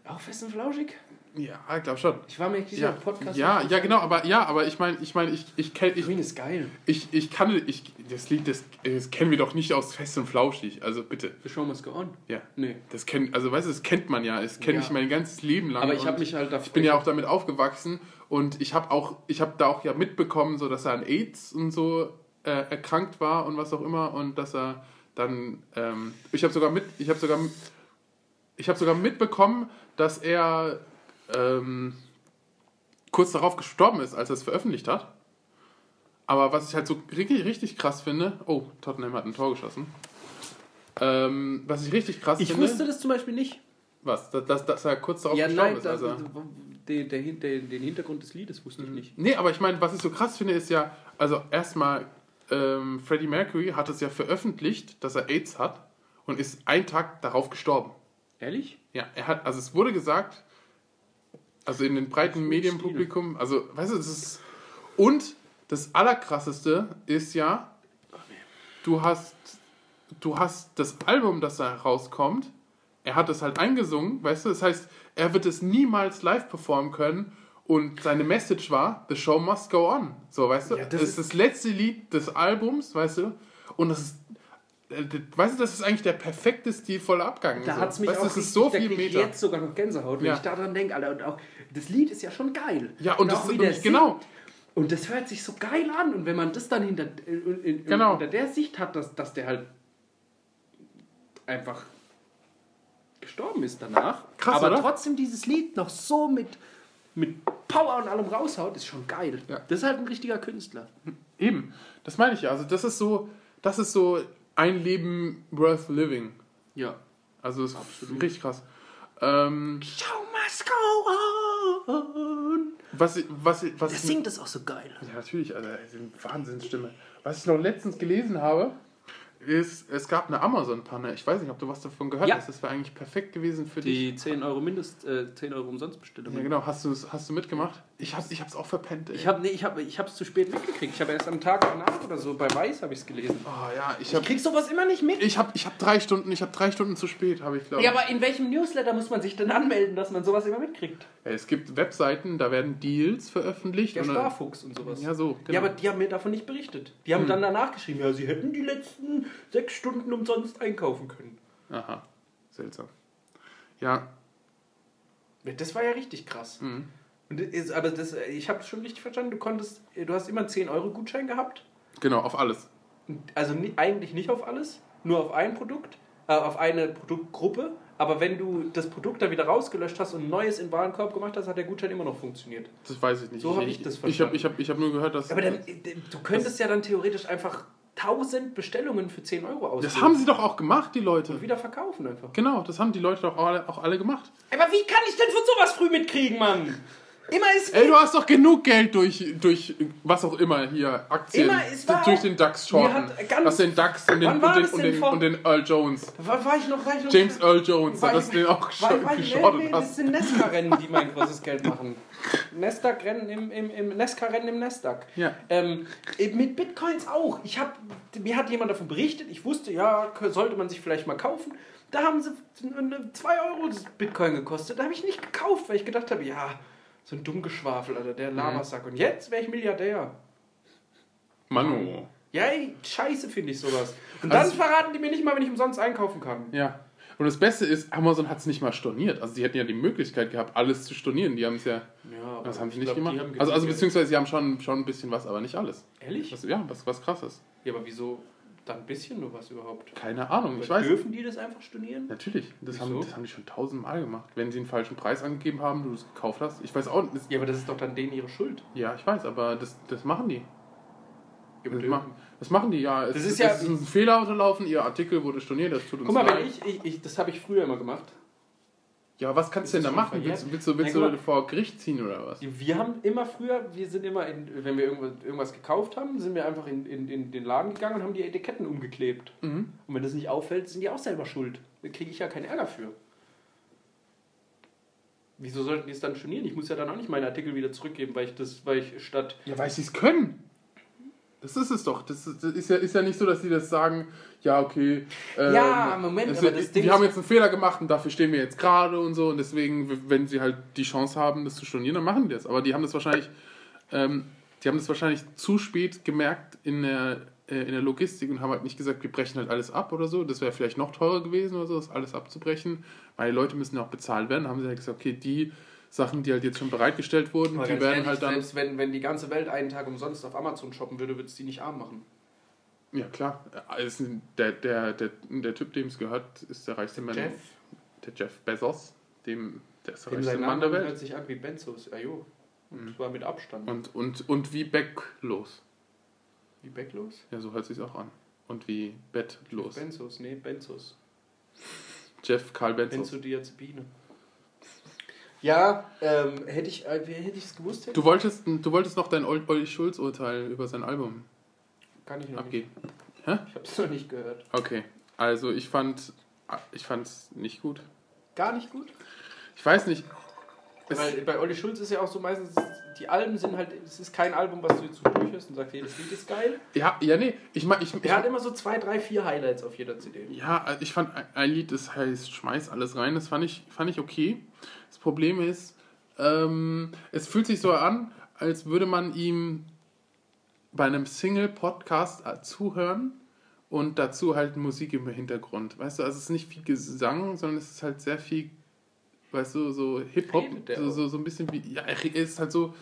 Auch fest und flauschig?
Ja, ich glaube schon.
Ich war mir dieser
Ja,
Podcast.
ja, ja, genau, aber ja, aber ich meine, ich meine, ich, ich kenne ich,
Green ist geil.
ich, ich kann ich das Lied das, das kennen wir doch nicht aus Fest und Flauschig, also bitte.
The show must go on.
Ja.
Nee.
Das kennt also weißt du, das kennt man ja, das kenne
Ja.
ich mein ganzes Leben lang.
Aber ich habe
und
mich halt dafür.
ich bin ja auch damit aufgewachsen und ich habe auch ich habe da auch ja mitbekommen, so dass er an AIDS und so äh, erkrankt war und was auch immer und dass er dann ähm, ich habe sogar mit ich habe sogar ich habe sogar mitbekommen, dass er ähm, kurz darauf gestorben ist, als er es veröffentlicht hat. Aber was ich halt so richtig, richtig krass finde, oh, Tottenham hat ein Tor geschossen. Ähm, was ich richtig krass
Ich
finde,
wusste das zum Beispiel nicht.
was, dass, dass, dass er kurz darauf
Ja,
gestorben
nein,
ist.
da,
Also.
der, der, der, den Hintergrund des Liedes wusste ich nicht.
Nee, aber ich meine, was ich so krass finde, ist ja, also erstmal, ähm, Freddie Mercury hat es ja veröffentlicht, dass er AIDS hat und ist einen Tag darauf gestorben.
Ehrlich?
Ja, er hat, also es wurde gesagt, also in den breiten
Stil.
Medienpublikum, also, weißt du, es ist. Und das Allerkrasseste ist ja, du hast, du hast das Album, das da rauskommt, er hat es halt eingesungen, weißt du, das heißt, er wird es niemals live performen können und seine Message war, the show must go on, so, weißt du,
Ja, das
das ist
ist-
das letzte Lied des Albums, weißt du, und das ist, äh, das- weißt du, das ist eigentlich der perfekte stilvolle Abgang.
Da
so.
hat's mich
Also, weißt,
auch
du, das ist so
richtig-
viel
da krieg ich
Meter.
jetzt sogar noch Gänsehaut, wenn
Ja.
ich daran denke, Alter. Und auch das Lied ist ja schon geil.
Ja, und das
auch
ist
wie der
nämlich genau.
Und das hört sich so geil an. Und wenn man das dann hinter, äh, in, in,
Genau.
hinter der Sicht hat, dass, dass der halt einfach gestorben ist danach.
Krass,
aber
oder?
trotzdem dieses Lied noch so mit, mit Power und allem raushaut, ist schon geil.
Ja.
Das ist halt ein richtiger Künstler.
Eben, das meine ich ja. Also das ist so, das ist so ein Leben worth living.
Ja.
Also das ist richtig krass. Ähm,
Show must go on.
was, ich- was, ich- was
Der
ich-
singt das auch so geil.
Ja, natürlich, also das ist eine Wahnsinnsstimme. Was ich noch letztens gelesen habe, ist, es gab eine Amazon-Panne. Ich weiß nicht, ob du was davon gehört
Ja.
hast. Das wäre eigentlich perfekt gewesen für dich.
Die 10 Euro Mindest, äh, 10 Euro Umsonstbestellung.
Ja, genau. Hast du hast du mitgemacht? Ich hab's, ich hab's auch verpennt. Ey.
Ich habe nee, ich hab, ich hab's zu spät mitgekriegt. Ich habe erst am Tag danach oder so bei Weiß habe ich es gelesen.
oh, ja, ich hab,
Kriegst sowas immer nicht mit?
ich hab, ich hab drei Stunden, ich hab drei Stunden zu spät, habe ich glaube.
Ja, aber in welchem Newsletter muss man sich denn anmelden, dass man sowas immer mitkriegt?
es gibt Webseiten, da werden Deals veröffentlicht.
Der
und dann-
Sparfuchs und sowas.
ja, so.
Ja, aber die haben mir davon nicht berichtet. Die haben dann danach geschrieben, ja, sie hätten die letzten sechs Stunden umsonst einkaufen können.
Aha, seltsam. Ja,
Das war ja richtig krass.
Mhm.
Und das ist, aber das, ich habe es schon richtig verstanden. Du konntest, du hast immer einen 10-Euro-Gutschein gehabt.
genau, auf alles.
Also ni- eigentlich nicht auf alles, nur auf ein Produkt, äh, auf eine Produktgruppe. Aber wenn du das Produkt da wieder rausgelöscht hast und ein neues in den Warenkorb gemacht hast, hat der Gutschein immer noch funktioniert.
Das weiß ich nicht.
So hab ich das
Ich habe
verstanden.
ich hab, ich hab nur gehört, dass.
Aber dann, äh, du könntest ja dann theoretisch einfach 1000 Bestellungen für 10 Euro ausgeben.
das haben sie doch auch gemacht, die Leute.
und wieder verkaufen einfach.
Genau, das haben die Leute doch alle, auch alle gemacht.
Aber wie kann ich denn von sowas früh mitkriegen, Mann? Immer ist
Ey, du hast doch genug Geld durch, durch was auch immer hier, Aktien,
Immer, es war
durch
auch-
den DAX
Mir
shorten.
hat ganz-
Dass den DAX und den,
Wann war
und den,
das
und
denn
den,
vor-
und den Earl Jones.
War, war ich noch, war ich noch?
James Earl Jones,
War-
dass du den auch
war, war, nee,
geschortet
nee, das
hast.
sind Nesca-Rennen, die mein großes Geld machen. Nasdaq-Rennen im, im, im Nesca-Rennen im Nasdaq.
Ja.
Ähm, eben mit Bitcoins auch. Ich hab, mir hat jemand davon berichtet, ich wusste, ja, k- sollte man sich vielleicht mal kaufen. Da haben sie 2 Euro das Bitcoin gekostet. Da habe ich nicht gekauft, weil ich gedacht habe, ja, so ein dumm Geschwafel, Alter, der
Mhm.
Lamasack. Und jetzt wäre ich Milliardär.
Manu.
Ja, ey, scheiße finde ich sowas. Und dann
Also-
verraten die mir nicht mal, wenn ich umsonst einkaufen kann.
Ja. Und das Beste ist, Amazon hat es nicht mal storniert. Also die hätten ja die Möglichkeit gehabt, alles zu stornieren. Die haben es ja.
Ja, aber
Das haben sie
ich
nicht
glaub, die
gemacht.
haben
Also, also
gezögert.
beziehungsweise sie haben schon, schon ein bisschen was, aber nicht alles.
Ehrlich?
Was, ja, was, was krasses.
Ja, aber wieso dann ein bisschen nur was überhaupt?
Keine Ahnung, ich
Weil
weiß.
Dürfen die das einfach stornieren?
Natürlich, das
Wieso?
haben, das haben die schon tausendmal gemacht. Wenn sie einen falschen Preis angegeben haben, du es gekauft hast. Ich weiß auch nicht. das-
Ja, aber das ist doch dann denen ihre Schuld.
Ja, ich weiß, aber das, das machen die.
Ja,
Das
aber
machen, das machen die, ja. Es,
Das ist ja-
es ist ein Fehler unterlaufen, ihr Artikel wurde storniert, das tut uns
Guck mal,
leid.
wenn ich, ich, ich das habe ich früher immer gemacht.
ja, was kannst du
Ist
denn da
das
machen?
verjährt?
Willst, willst du, willst
Na, guck
du
mal.
vor Gericht ziehen oder was?
Wir haben immer früher, wir sind immer, in, wenn wir irgendwas, irgendwas gekauft haben, sind wir einfach in, in, in den Laden gegangen und haben die Etiketten umgeklebt.
Mhm.
Und wenn das nicht auffällt, sind die auch selber schuld. Da kriege ich ja keinen Ärger für. Wieso sollten die es dann stornieren? Ich muss ja dann auch nicht meinen Artikel wieder zurückgeben, weil ich das, weil ich statt
Ja, weil sie es können. Das ist es doch. Das ist, das ist, ja, ist ja nicht so, dass sie das sagen, ja, okay. ähm,
Ja, Moment,
es,
aber das Ding
Wir haben
ist-
jetzt einen Fehler gemacht und dafür stehen wir jetzt gerade und so. Und deswegen, w- wenn sie halt die Chance haben, das zu stornieren, dann machen die das. Aber die haben das wahrscheinlich, ähm, die haben das wahrscheinlich zu spät gemerkt in der, äh, in der Logistik und haben halt nicht gesagt, wir brechen halt alles ab oder so. Das wäre vielleicht noch teurer gewesen oder so, das alles abzubrechen. Weil die Leute müssen ja auch bezahlt werden. Da haben sie halt gesagt, okay, die Sachen, die halt jetzt schon bereitgestellt wurden,
Aber
die
ganz
werden
ehrlich,
halt dann.
Selbst wenn, wenn die ganze Welt einen Tag umsonst auf Amazon shoppen würde, würde es die nicht arm machen.
Ja, klar. Äh, Ist ein, der, der, der, der Typ, dem es gehört, ist der reichste Mann.
Jeff?
Der Jeff Bezos. Dem, der ist der
In
reichste
seinem
Mann
Namen
der
hört
Welt.
halt
Mhm.
sich an wie Benzos. Ja, jo. Und zwar mit Abstand.
Und, und, und wie Becklos.
Wie Becklos?
Ja, so hört sich's auch an. Und wie Bettlos.
Benzos, nee, Benzos.
Jeff Karl Bezos.
Benzodiazepine. Ja, ähm, hätte ich äh, hätte ich es gewusst, hätte
Du wolltest, du wolltest noch dein Ol- Olli Schulz-Urteil über sein Album
kann ich noch
abgeben.
nicht. Ich habe es noch nicht gehört.
Okay. Also, ich fand ich fand's nicht gut.
Gar nicht gut.
Ich weiß nicht. Es,
Weil bei Olli Schulz ist ja auch so meistens, die Alben sind halt, es ist kein Album, was du jetzt so durchhörst und sagst, jedes Lied ist geil.
ja, ja, nee. Ich mein, ich, ich,
Er hat immer so zwei, drei, vier Highlights auf jeder CD.
Ja, also ich fand ein- ein Lied, das heißt Schmeiß alles rein, das fand ich, fand ich okay. Das Problem ist, ähm, es fühlt sich so an, als würde man ihm bei einem Single-Podcast äh, zuhören und dazu halt Musik im Hintergrund. Weißt du, also es ist nicht viel Gesang, sondern es ist halt sehr viel, weißt du, so Hip-Hop,
Redet der
so,
auch?
so, so ein bisschen wie, ja, er ist halt so,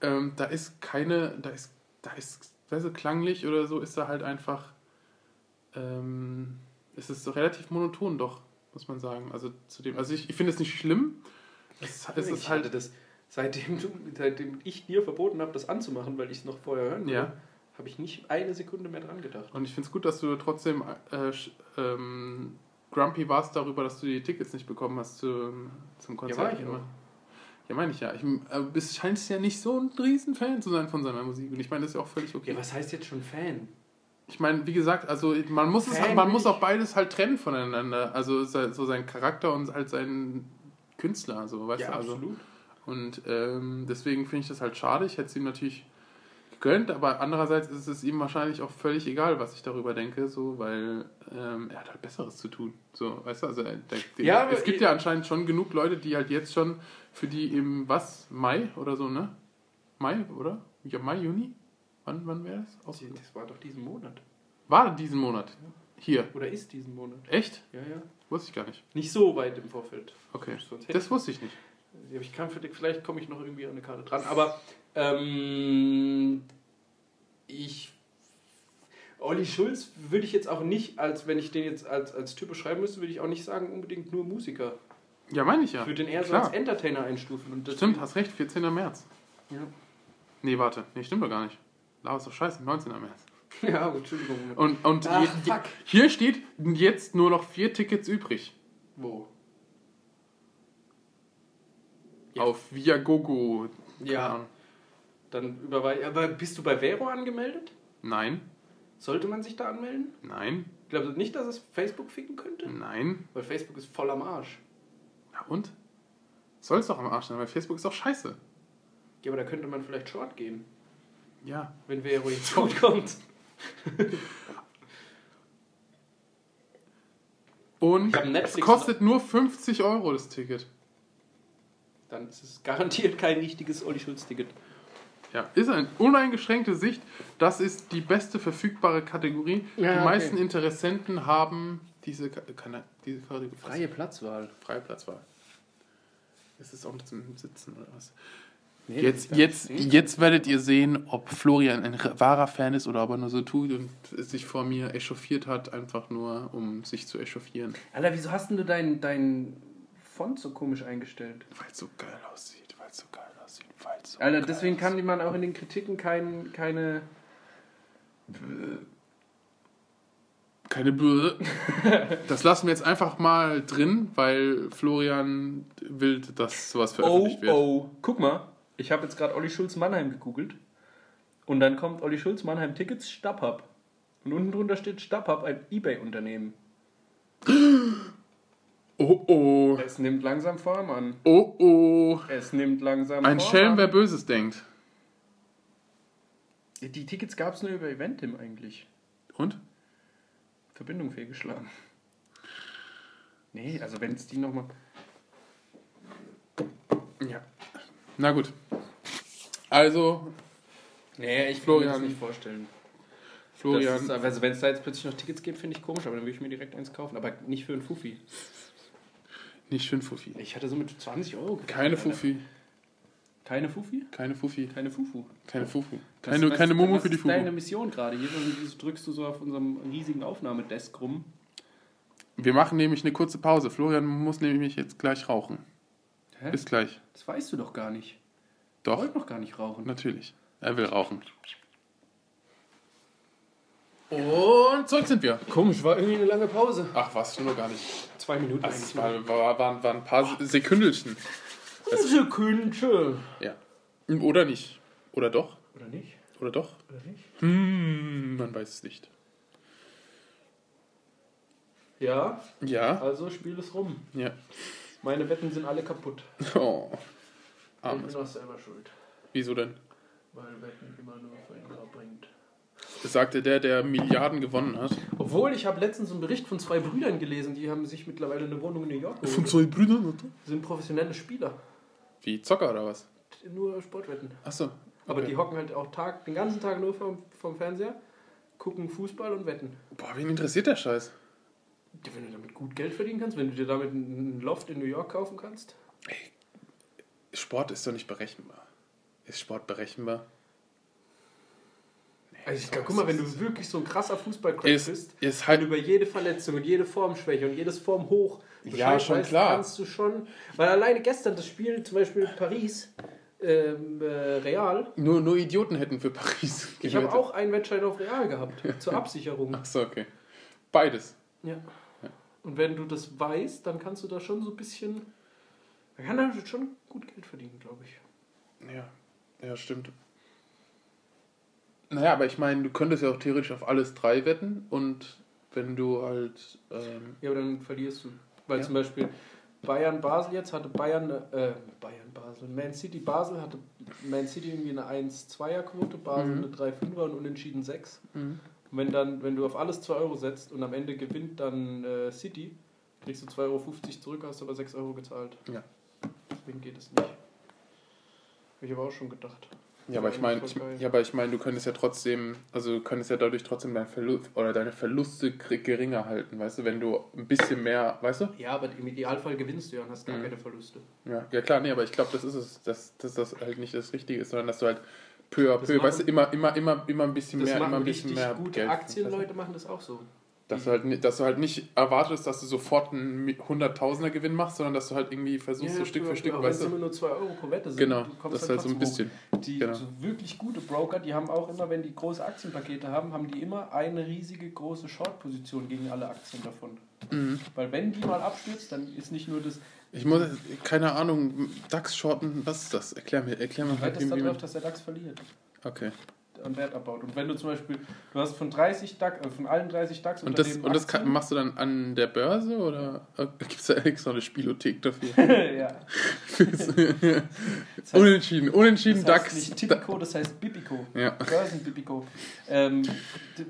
ähm, da ist keine, da ist, da ist, weißt du, klanglich oder so, ist da halt einfach, ähm, es ist so relativ monoton doch, muss man sagen. Also zu dem, also ich, ich finde es nicht schlimm. Es, es ist
ich hatte
halt,
das, seitdem, du, seitdem ich dir verboten habe, das anzumachen, weil ich es noch vorher hören
Ja.
wollte, habe ich nicht eine Sekunde mehr dran gedacht.
und ich finde es gut, dass du trotzdem äh, sch- ähm, grumpy warst darüber, dass du die Tickets nicht bekommen hast zum, zum
war
Konzert.
ich auch.
Ja, meine ich ja. Ich, äh, bist, scheinst ja nicht so ein Riesenfan zu sein von seiner Musik. Und ich meine, das ist ja auch völlig okay.
Ja, was heißt jetzt schon Fan?
Ich meine, wie gesagt, also man muss es, man muss auch beides halt trennen voneinander. Also se- so sein Charakter und halt seinen Künstler, so weißt
Ja,
du. Also.
absolut.
Und ähm, deswegen finde ich das halt schade. Ich hätte es ihm natürlich gegönnt, aber andererseits ist es ihm wahrscheinlich auch völlig egal, was ich darüber denke, so, weil ähm, er hat halt Besseres zu tun. So, weißt du, also er- der, der,
Ja, aber
es gibt
ich-
ja anscheinend schon genug Leute, die halt jetzt schon für die im was Mai oder so, ne? Mai, oder? Ja, Mai, Juni? Wann, wann wäre das? Aus-
Das war doch diesen Monat.
War diesen Monat. Hier.
Oder ist diesen Monat.
Echt?
Ja, ja.
Wusste ich gar nicht.
Nicht so weit im Vorfeld.
Okay.
Sonst hätte
Das wusste ich nicht.
Ja, aber ich kann, vielleicht- vielleicht komme ich noch irgendwie an eine Karte dran. Aber ähm, ich. Olli Schulz würde ich jetzt auch nicht, als wenn ich den jetzt als, als Typ beschreiben müsste, würde ich auch nicht sagen, unbedingt nur Musiker.
Ja, meine ich ja.
Ich würde den eher so
Klar.
als Entertainer einstufen. Und das
Stimmt, hast recht, 14. März.
Ja. Nee,
Nee, warte. Nee, stimmt doch gar nicht. Lava ist doch scheiße, 19. März.
ja, gut, Entschuldigung.
Und, und
Ach,
je-
fuck.
hier steht jetzt nur noch vier Tickets übrig.
Wo? Ja.
Auf Viagogo. Keine
Ja,
Ahnung.
dann überweist. Aber bist du bei Vero angemeldet?
Nein,
Sollte man sich da anmelden?
nein,
Glaubst du nicht, dass es Facebook ficken könnte?
nein.
Weil Facebook ist voll am Arsch.
Na und? Soll es doch am Arsch sein, weil Facebook ist doch scheiße.
Ja, aber da könnte man vielleicht short gehen,
Ja.
wenn Vero jetzt gut kommt.
Und
Ich hab Netflix
es kostet nur 50 Euro das Ticket.
Dann ist es garantiert kein richtiges Olli Schulz-Ticket.
Ja, ist eine uneingeschränkte Sicht. Das ist die beste verfügbare Kategorie.
Ja,
die
okay.
meisten Interessenten haben diese, Ka- keine, diese Kategorie.
Platzwahl.
freie Platzwahl. Ist es auch zum Sitzen oder was?
Nee,
Jetzt, jetzt,
eh
jetzt werdet ihr sehen, ob Florian ein r- wahrer Fan ist oder ob er nur so tut und sich vor mir echauffiert hat, einfach nur, um sich zu echauffieren.
Alter, wieso hast denn du deinen dein Font so komisch eingestellt?
Weil es so geil aussieht, weil es so geil aussieht, weil es so
Alter,
geil
deswegen
aussieht.
kann man auch in den Kritiken kein, keine.
Keine Böse. das lassen wir jetzt einfach mal drin, weil Florian will, dass sowas veröffentlicht wird.
oh. Guck mal, ich habe jetzt gerade Olli Schulz Mannheim gegoogelt. Und dann kommt Olli Schulz Mannheim Tickets StubHub. Und unten drunter steht StubHub, ein Ebay-Unternehmen.
Oh oh.
Es nimmt langsam Form an.
Oh oh.
Es nimmt langsam
Ein
Form
Schelm, wer
an.
Böses denkt.
Die Tickets gab es nur über Eventim eigentlich.
Und?
Verbindung fehlgeschlagen. Nee, also wenn es die nochmal. Ja.
Na gut. Also,
Nee, ich
Florian.
kann mir das nicht vorstellen. Das ist,
Florian,
also wenn es da jetzt plötzlich noch Tickets gibt, finde ich komisch, aber dann würde ich mir direkt eins kaufen. Aber nicht für einen Fuffi.
nicht schön Fuffi.
Ich hatte so mit 20 Euro gerechnet,
Keine
Alter.
Fuffi,
Keine Fuffi?
keine Fuffi,
Keine Fufu.
keine Fufu.
Das-
Keine,
was-
keine Momo
was
für die
ist deine
Fufu.
Mission gerade. Hier so- drückst du so auf unserem riesigen Aufnahmedesk rum.
Wir machen nämlich eine kurze Pause. Florian muss nämlich jetzt gleich rauchen.
Hä?
Bis gleich.
Das weißt du doch gar nicht. Ich
Doch,
wollte noch gar nicht rauchen.
natürlich. Er will rauchen. Und zurück sind wir.
Komisch, war irgendwie eine lange Pause.
Ach was, schon noch gar nicht.
Zwei Minuten
Also es war, war, waren, waren ein paar Sekündelchen.
Das ist eine Künsche.
Ja. Oder nicht. Oder doch.
Oder nicht?
Oder doch.
Oder nicht?
Hm, man weiß es nicht.
Ja,
Ja.
also spiel es rum.
Ja.
Meine Wetten sind alle kaputt.
Oh.
Ich
Armes.
bin auch selber schuld,
Wieso denn?
weil Wetten immer nur für den Grab bringt.
Das sagte der, der Milliarden gewonnen hat.
Obwohl, ich habe letztens einen Bericht von zwei Brüdern gelesen, die haben sich mittlerweile eine Wohnung in New York geholt.
zwei Brüdern?
Sind professionelle Spieler.
Wie, Zocker oder was?
Nur Sportwetten.
Achso.
Aber die hocken halt auch Tag, den ganzen Tag nur vom, vom Fernseher, gucken Fußball und wetten.
Boah, wen interessiert der Scheiß?
Ja, Wenn du damit gut Geld verdienen kannst, wenn du dir damit einen Loft in New York kaufen kannst.
Sport ist doch nicht berechenbar. Ist Sport berechenbar?
Also ich glaube, guck mal, wenn du wirklich so ein krasser Fußballcrack
Ist,
bist,
ist
wenn du
halt.
über jede Verletzung und jede Formschwäche und jedes Formhoch Bescheid
Ja, schon klar.
kannst du schon. Weil alleine gestern das Spiel, zum Beispiel Paris, ähm, äh, Real,
Nur, nur Idioten hätten für Paris
ich habe
gewettet.
auch einen Wettschein auf Real gehabt, zur Absicherung.
Achso, okay. Beides.
Ja. Und wenn du das weißt, dann kannst du da schon so ein bisschen. Man kann damit schon gut Geld verdienen, glaube ich.
Ja. Ja, stimmt. Naja, aber ich meine, du könntest ja auch theoretisch auf alles drei wetten und wenn du halt. Ähm,
Ja, aber dann verlierst du. Weil
Ja.
zum Beispiel Bayern Basel jetzt hatte Bayern, äh, Bayern Basel, Man City Basel hatte Man City irgendwie eine 1-2er-Quote, Basel
Mhm.
eine 3-5er und unentschieden 6.
Mhm.
Und wenn, dann, wenn du auf alles 2 Euro setzt und am Ende gewinnt dann äh, City, kriegst du 2,50 Euro zurück, hast aber 6 Euro gezahlt.
Ja.
Deswegen geht es nicht. Hab ich aber auch schon gedacht.
ja, aber ich meine,
Voll
ich,
geil.
ja, aber ich meine, du könntest ja trotzdem, also du könntest ja dadurch trotzdem deinen Verlust oder deine Verluste gr- geringer halten, weißt du, wenn du ein bisschen mehr, weißt du?
Ja, aber im Idealfall gewinnst du ja und hast gar
Mhm.
keine Verluste.
Ja, ja klar, nee, aber ich glaube, das ist es, dass, dass das halt nicht das Richtige ist, sondern dass du halt peu à
Das
peu,
machen-
weißt du, immer, immer, immer, immer ein bisschen
Das
mehr, immer
machen
ein bisschen
richtig
mehr
gute
Geld.
Aktienleute, machen das auch so.
Dass du, halt, ni- dass du halt nicht erwartest, dass du sofort einen Hunderttausender Gewinn machst, sondern dass du halt irgendwie versuchst, so Stück für Stück,
Aber wenn
weißt
es
du?
immer nur 2 Euro pro Wette sind,
Genau,
du kommst
das ist halt so ein
trotzdem hoch.
bisschen.
Die
genau.
so wirklich gute Broker, die haben auch immer, wenn die große Aktienpakete haben, haben die immer eine riesige große Short-Position gegen alle Aktien davon.
Mhm.
Weil wenn die mal abstürzt, dann ist nicht nur das,
Ich muss, keine Ahnung, DAX-Shorten, was ist das? Erklär mir, erklär mir
du
halt
wettest
irgendwie.
darauf,
Mit,
dass der DAX verliert.
okay.
An Wert abbaut. Und wenn du zum Beispiel, du hast von 30 DAX, also von allen 30 DAX
Und das, und das kann,
Aktien-
machst du dann an der Börse oder gibt es da extra eine Spielothek dafür?
ja. Das heißt,
unentschieden, unentschieden
das heißt
DAX.
nicht Tipico, das heißt Bipico.
ja.
Börsenbibico. Ähm, d-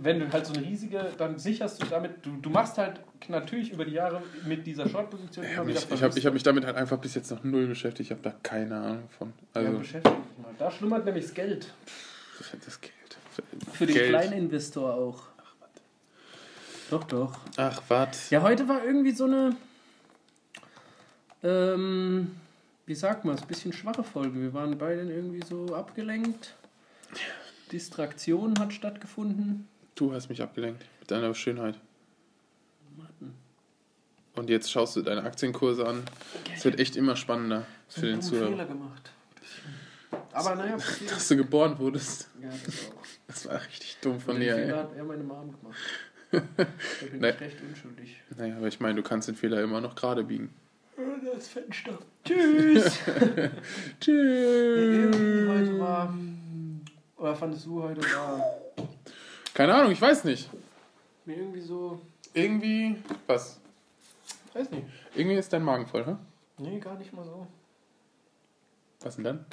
wenn du halt so eine riesige, dann sicherst du damit, du, du machst halt natürlich über die Jahre mit dieser Short-Position
Ich
immer
habe
wieder
mich, ich hab, ich
Verluste.
hab mich damit halt einfach bis jetzt noch null beschäftigt. Ich habe da keine Ahnung von.
ja,
Also,
beschäftige dich mal. Da schlummert nämlich das Geld.
das Geld.
Für den
Geld.
kleinen Investor auch. Doch, doch.
Ach, was?
Ja, heute war irgendwie so eine, ähm, wie sagt man es, bisschen schwache Folge. Wir waren beide irgendwie so abgelenkt. Distraktion hat stattgefunden.
Du hast mich abgelenkt mit deiner Schönheit. Und jetzt schaust du deine Aktienkurse an. Es wird echt immer spannender für den
Dummen Fehler
Zuhörer.
gemacht. Aber naja, passiert.
Dass du geboren wurdest,
ja, das auch.
das war richtig dumm
Den
von dir.
Fehler
Ey.
hat er meine Mom gemacht. Da bin
Nee.
ich recht unschuldig.
Naja, aber ich meine, du kannst den Fehler immer noch gerade biegen.
Das Fenster. Tschüss. Irgendwie heute
Tschüss.
war. Oder fandest du heute war
Keine Ahnung, ich weiß nicht.
mir irgendwie so.
Irgendwie, was?
Weiß nicht.
Irgendwie ist dein Magen voll, hä?
Nee, gar nicht mal so.
Was denn dann?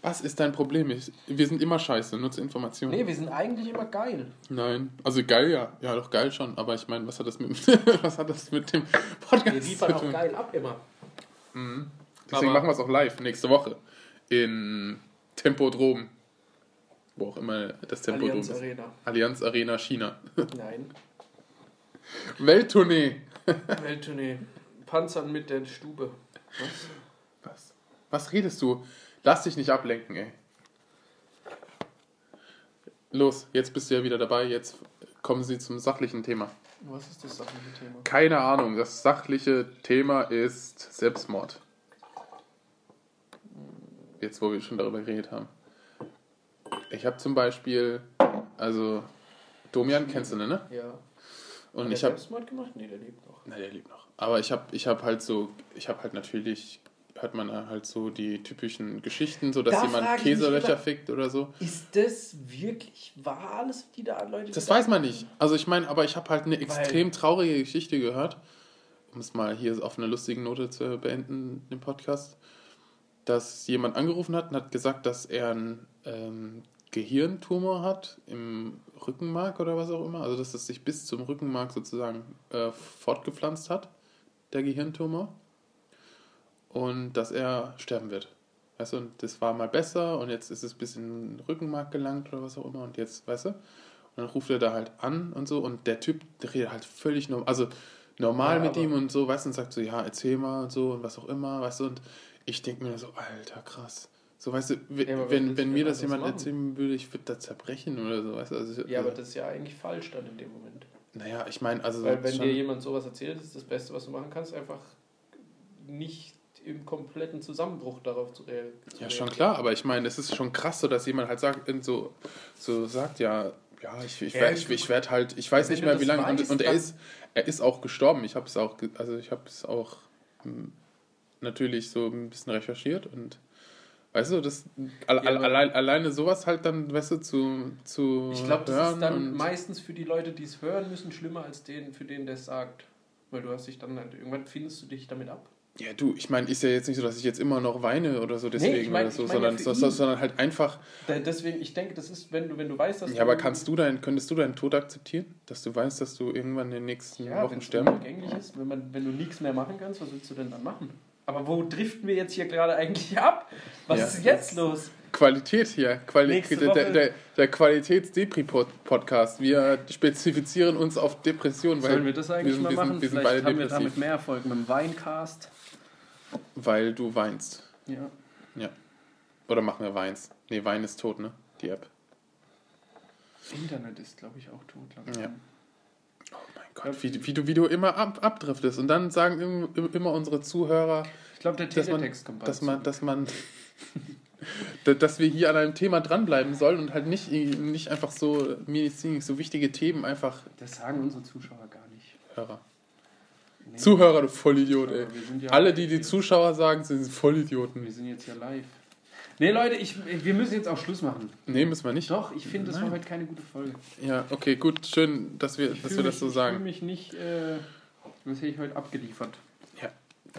Was ist dein Problem? Ich, wir sind immer scheiße, nutze Informationen.
Nee, wir sind eigentlich immer geil.
Nein. Also geil, ja. Ja, doch geil schon. Aber ich meine, was hat das mit, was hat das mit dem Podcast
Wir liefern auch geil ab immer.
Deswegen
aber-
machen wir es auch live nächste Woche. In Tempodrom. Wo auch immer das Tempodrom
Allianz
ist.
Arena.
Allianz Arena China.
Nein.
Welttournee.
Welttournee. Panzern mit der Stube.
Was? Was redest du? Lass dich nicht ablenken, ey. Los, jetzt bist du ja wieder dabei. Jetzt kommen sie zum sachlichen Thema.
Was ist das sachliche Thema?
Keine Ahnung, das sachliche Thema ist Selbstmord. Jetzt, wo wir schon darüber geredet haben. Ich habe zum Beispiel, also Domian kennst du, ne?
Ja.
Und
Hat
ich
der
habe,
Selbstmord gemacht? Nee, der lebt noch.
na der lebt noch. Aber ich habe, ich habe halt so, ich habe halt natürlich hört man halt so die typischen Geschichten, so dass
Da
jemand
frag ich mich
Käselöcher
immer-
fickt oder so.
Ist das wirklich wahr, alles, die da Leute
Das weiß man nicht. Also ich meine, aber ich habe halt eine extrem traurige Geschichte gehört, um es mal hier auf einer lustigen Note zu beenden, den Podcast, dass jemand angerufen hat und hat gesagt, dass er einen ähm, Gehirntumor hat im Rückenmark oder was auch immer. Also dass es sich bis zum Rückenmark sozusagen äh, fortgepflanzt hat, der Gehirntumor. Und dass er sterben wird. Weißt du, und das war mal besser und jetzt ist es bis in den Rückenmark gelangt oder was auch immer und jetzt, weißt du? Und dann ruft er da halt an und so und der Typ der redet halt völlig normal, also normal
Ja,
mit
aber-
ihm und so, weißt du, und sagt so, ja, erzähl mal und so und was auch immer, weißt du, und ich denke mir so, alter, krass. So, weißt du, we-
Ja,
wenn,
aber wer will's
wenn
denn
mir das
anders
jemand
machen?
erzählen würde, ich würde da zerbrechen oder so, weißt du? Also, ich-
Ja, aber das ist ja eigentlich falsch dann in dem Moment.
naja, ich meine, also
Weil wenn
schon-
dir jemand sowas erzählt, ist das Beste, was du machen kannst, einfach nicht im kompletten Zusammenbruch darauf zu reagieren.
Ja, schon klar, aber ich meine, es ist schon krass, so dass jemand halt sagt, in so, so sagt, ja, ja, ich, ich,
Ja,
werd- ich, ich werde halt, ich weiß
wenn
nicht
du
mehr,
das
wie lange. Und,
weißt,
und er
dann-
ist, er ist auch gestorben. Ich habe es auch, ge- also ich habe es auch hm, natürlich so ein bisschen recherchiert und Weißt du, das al
Ja,
al
aber-
allein, alleine sowas halt dann, weißt du, zu, zu
Ich glaube, das
hören
ist dann
und-
meistens für die Leute, die es hören müssen, schlimmer als den, für den der es sagt. Weil du hast dich dann halt, irgendwann findest du dich damit ab.
Ja, du, ich meine, ist ja jetzt nicht so, dass ich jetzt immer noch weine oder so deswegen
mein-
oder so,
ich mein ja
sondern,
für
so,
ihn.
so, sondern halt einfach.
Da- Deswegen, ich denke, das ist, wenn du, wenn du weißt, dass
Ja, aber kannst du dein, könntest du deinen Tod akzeptieren? Dass du weißt, dass du irgendwann in den nächsten
ja,
Wochen
wenn's
sterben?
unumgänglich ist, wenn, man, wenn du nichts mehr machen kannst, was willst du denn dann machen? Aber wo driften wir jetzt hier gerade eigentlich ab? Was
Ja.
ist jetzt los?
Qualität hier, Quali
Nächste
der, der,
Woche-
der, der Qualitäts-Depri-Podcast. Wir spezifizieren uns auf Depression, weil
Sollen wir das eigentlich
sind-
mal
sind-
machen?
Wir sind
Vielleicht
beide
haben wir damit
depressiv,
mehr Erfolg mit dem Weincast.
weil du weinst.
Ja.
Oder machen wir Weins? Nee, Wein ist tot, ne? Die App.
Internet ist, glaube ich, auch tot.
Ja. Oh mein Gott, wie, wie, du, wie du immer ab, abdriftest und dann sagen im- im- immer unsere Zuhörer,
Ich glaube, der
Dass man-
Teletext kommt bald
dass man,
zurück.
dass man, da- dass wir hier an einem Thema dranbleiben sollen und halt nicht, nicht einfach so medizinisch, so wichtige Themen einfach
Das sagen unsere Zuschauer gar nicht.
Hörer.
Nee.
Zuhörer, du Vollidiot, ey.
Aber wir sind ja-
Alle, die die Zuschauer sagen, sind Vollidioten.
Wir sind jetzt ja live. Nee, Leute, ich, wir müssen jetzt auch Schluss machen.
Nee, müssen wir nicht.
Doch, ich finde, das war
Nein.
heute keine gute Folge.
Ja, okay, gut, schön, dass wir,
Ich
dass
fühl
wir das
mich-
so
Ich fühle
sagen.
mich nicht, äh, was hätte ich heute abgeliefert.
Ja.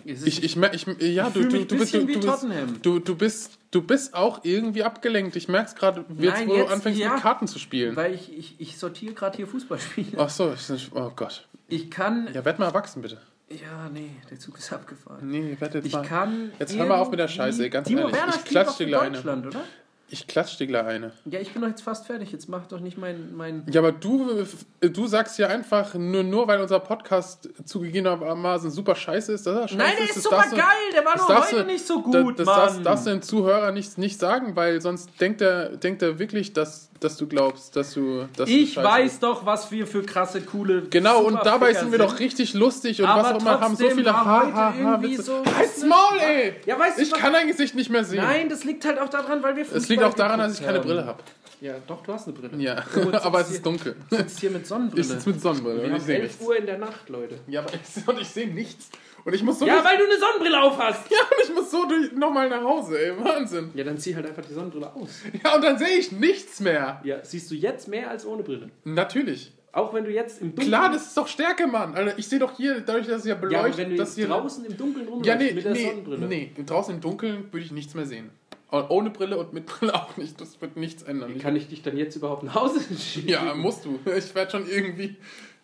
Es ist-
Ich, ich, mer- ich, ja,
Ich
du,
fühl
du,
mich
du, bist,
bisschen
du,
wie
du, bist,
Tottenham.
du, du bist, du bist auch irgendwie abgelenkt. Ich merk's gerade, jetzt,
Nein,
wo du
jetzt,
anfängst
ja.
mit Karten zu spielen.
weil ich, ich, ich sortiere gerade hier Fußballspiele.
Ach so, ich, oh Gott.
Ich kann.
Ja, werd mal erwachsen, bitte.
Ja, nee, der Zug ist abgefahren.
Nee, werd jetzt
Ich
mal.
kann.
Jetzt hör mal auf mit der
irgendwie-
Scheiße, ganz
Timo
ehrlich.
Werner
Ich
spielt
klatsch
doch
dir
für
gleich eine.
Deutschland, oder?
Ich klatsch dir gleich eine.
Ja, ich bin doch jetzt fast fertig. Jetzt mach doch nicht mein. mein
Ja, aber du, äh, du sagst ja einfach, nur, nur weil unser Podcast zugegebenermaßen super scheiße ist, dass er scheiße
Nein, der ist
das
super
darfst du-
geil. Der war
das
nur
darfst
heute
du-
nicht so
da-
gut,
das darfst,
Mann.
darfst du den Zuhörer nicht, nicht sagen, weil sonst denkt er, denkt er wirklich, dass, dass du glaubst, dass du. Dass
ich
du scheiße
weiß
bist.
doch, was wir für krasse, coole.
Genau, und
super
dabei
Ficker
sind wir doch richtig lustig und
Aber
was auch immer, haben so
trotzdem
viele
war heute irgendwie
Ha-Ha-Ha-Witze.
so-
Halt's Maul, ey!
Ja, weißt du
ich
was-
kann dein Gesicht nicht mehr sehen.
Nein, das liegt halt auch daran, weil wir.
es liegt auch daran, dass ich keine
haben.
Brille habe.
Ja, doch, du hast eine Brille.
Ja,
Oh, jetzt
aber es
sitzt
ist dunkel.
hier- sitzt hier mit Sonnenbrille.
Ich sitze mit Sonnenbrille und
Wir
ich
haben
sehe
11
nichts.
Uhr in der Nacht, Leute.
Ja, aber ich, und ich sehe nichts. Und ich muss so,
ja,
durch,
weil du eine Sonnenbrille auf hast.
ja, und ich muss so durch, nochmal nach Hause, ey. Wahnsinn.
Ja, dann zieh halt einfach die Sonnenbrille aus.
Ja, und dann sehe ich nichts mehr.
Ja, siehst du jetzt mehr als ohne Brille.
Natürlich.
Auch wenn du jetzt im Dunkeln...
Klar, das ist doch Stärke, Mann. Alter, ich sehe doch hier, dadurch, dass es ja
ja, aber wenn
beleuchtet,
du
dass
jetzt
hier...
draußen im Dunkeln rumläufst
ja, nee,
mit der
nee,
Sonnenbrille.
nee. Draußen im Dunkeln würde ich nichts mehr sehen. Und ohne Brille und mit Brille auch nicht. Das wird nichts ändern.
Wie
Ich-
kann ich dich dann jetzt überhaupt nach Hause schicken?
ja, musst du. Ich werde schon irgendwie...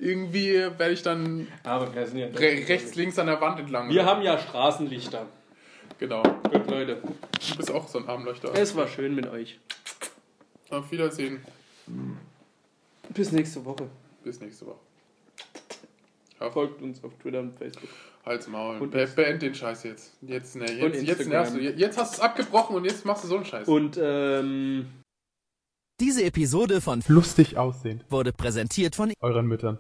Irgendwie werde ich dann
Aber wir sind ja...
re rechts, links an der Wand entlang.
Wir haben ja Straßenlichter.
Genau.
Gut, Leute.
Du bist auch so ein Armleuchter.
Es war schön mit euch.
Auf Wiedersehen.
Bis nächste Woche.
Bis nächste Woche.
Folgt uns auf Twitter und Facebook.
Halt's Maul.
Und
Be beend den Scheiß jetzt. Jetzt, ne,
Und
jetzt, jetzt
Instagram.
nervst du. Jetzt hast du es abgebrochen und jetzt machst du so einen Scheiß.
Und ähm...
Diese Episode von
lustig aussehend.
wurde präsentiert von
Euren Müttern.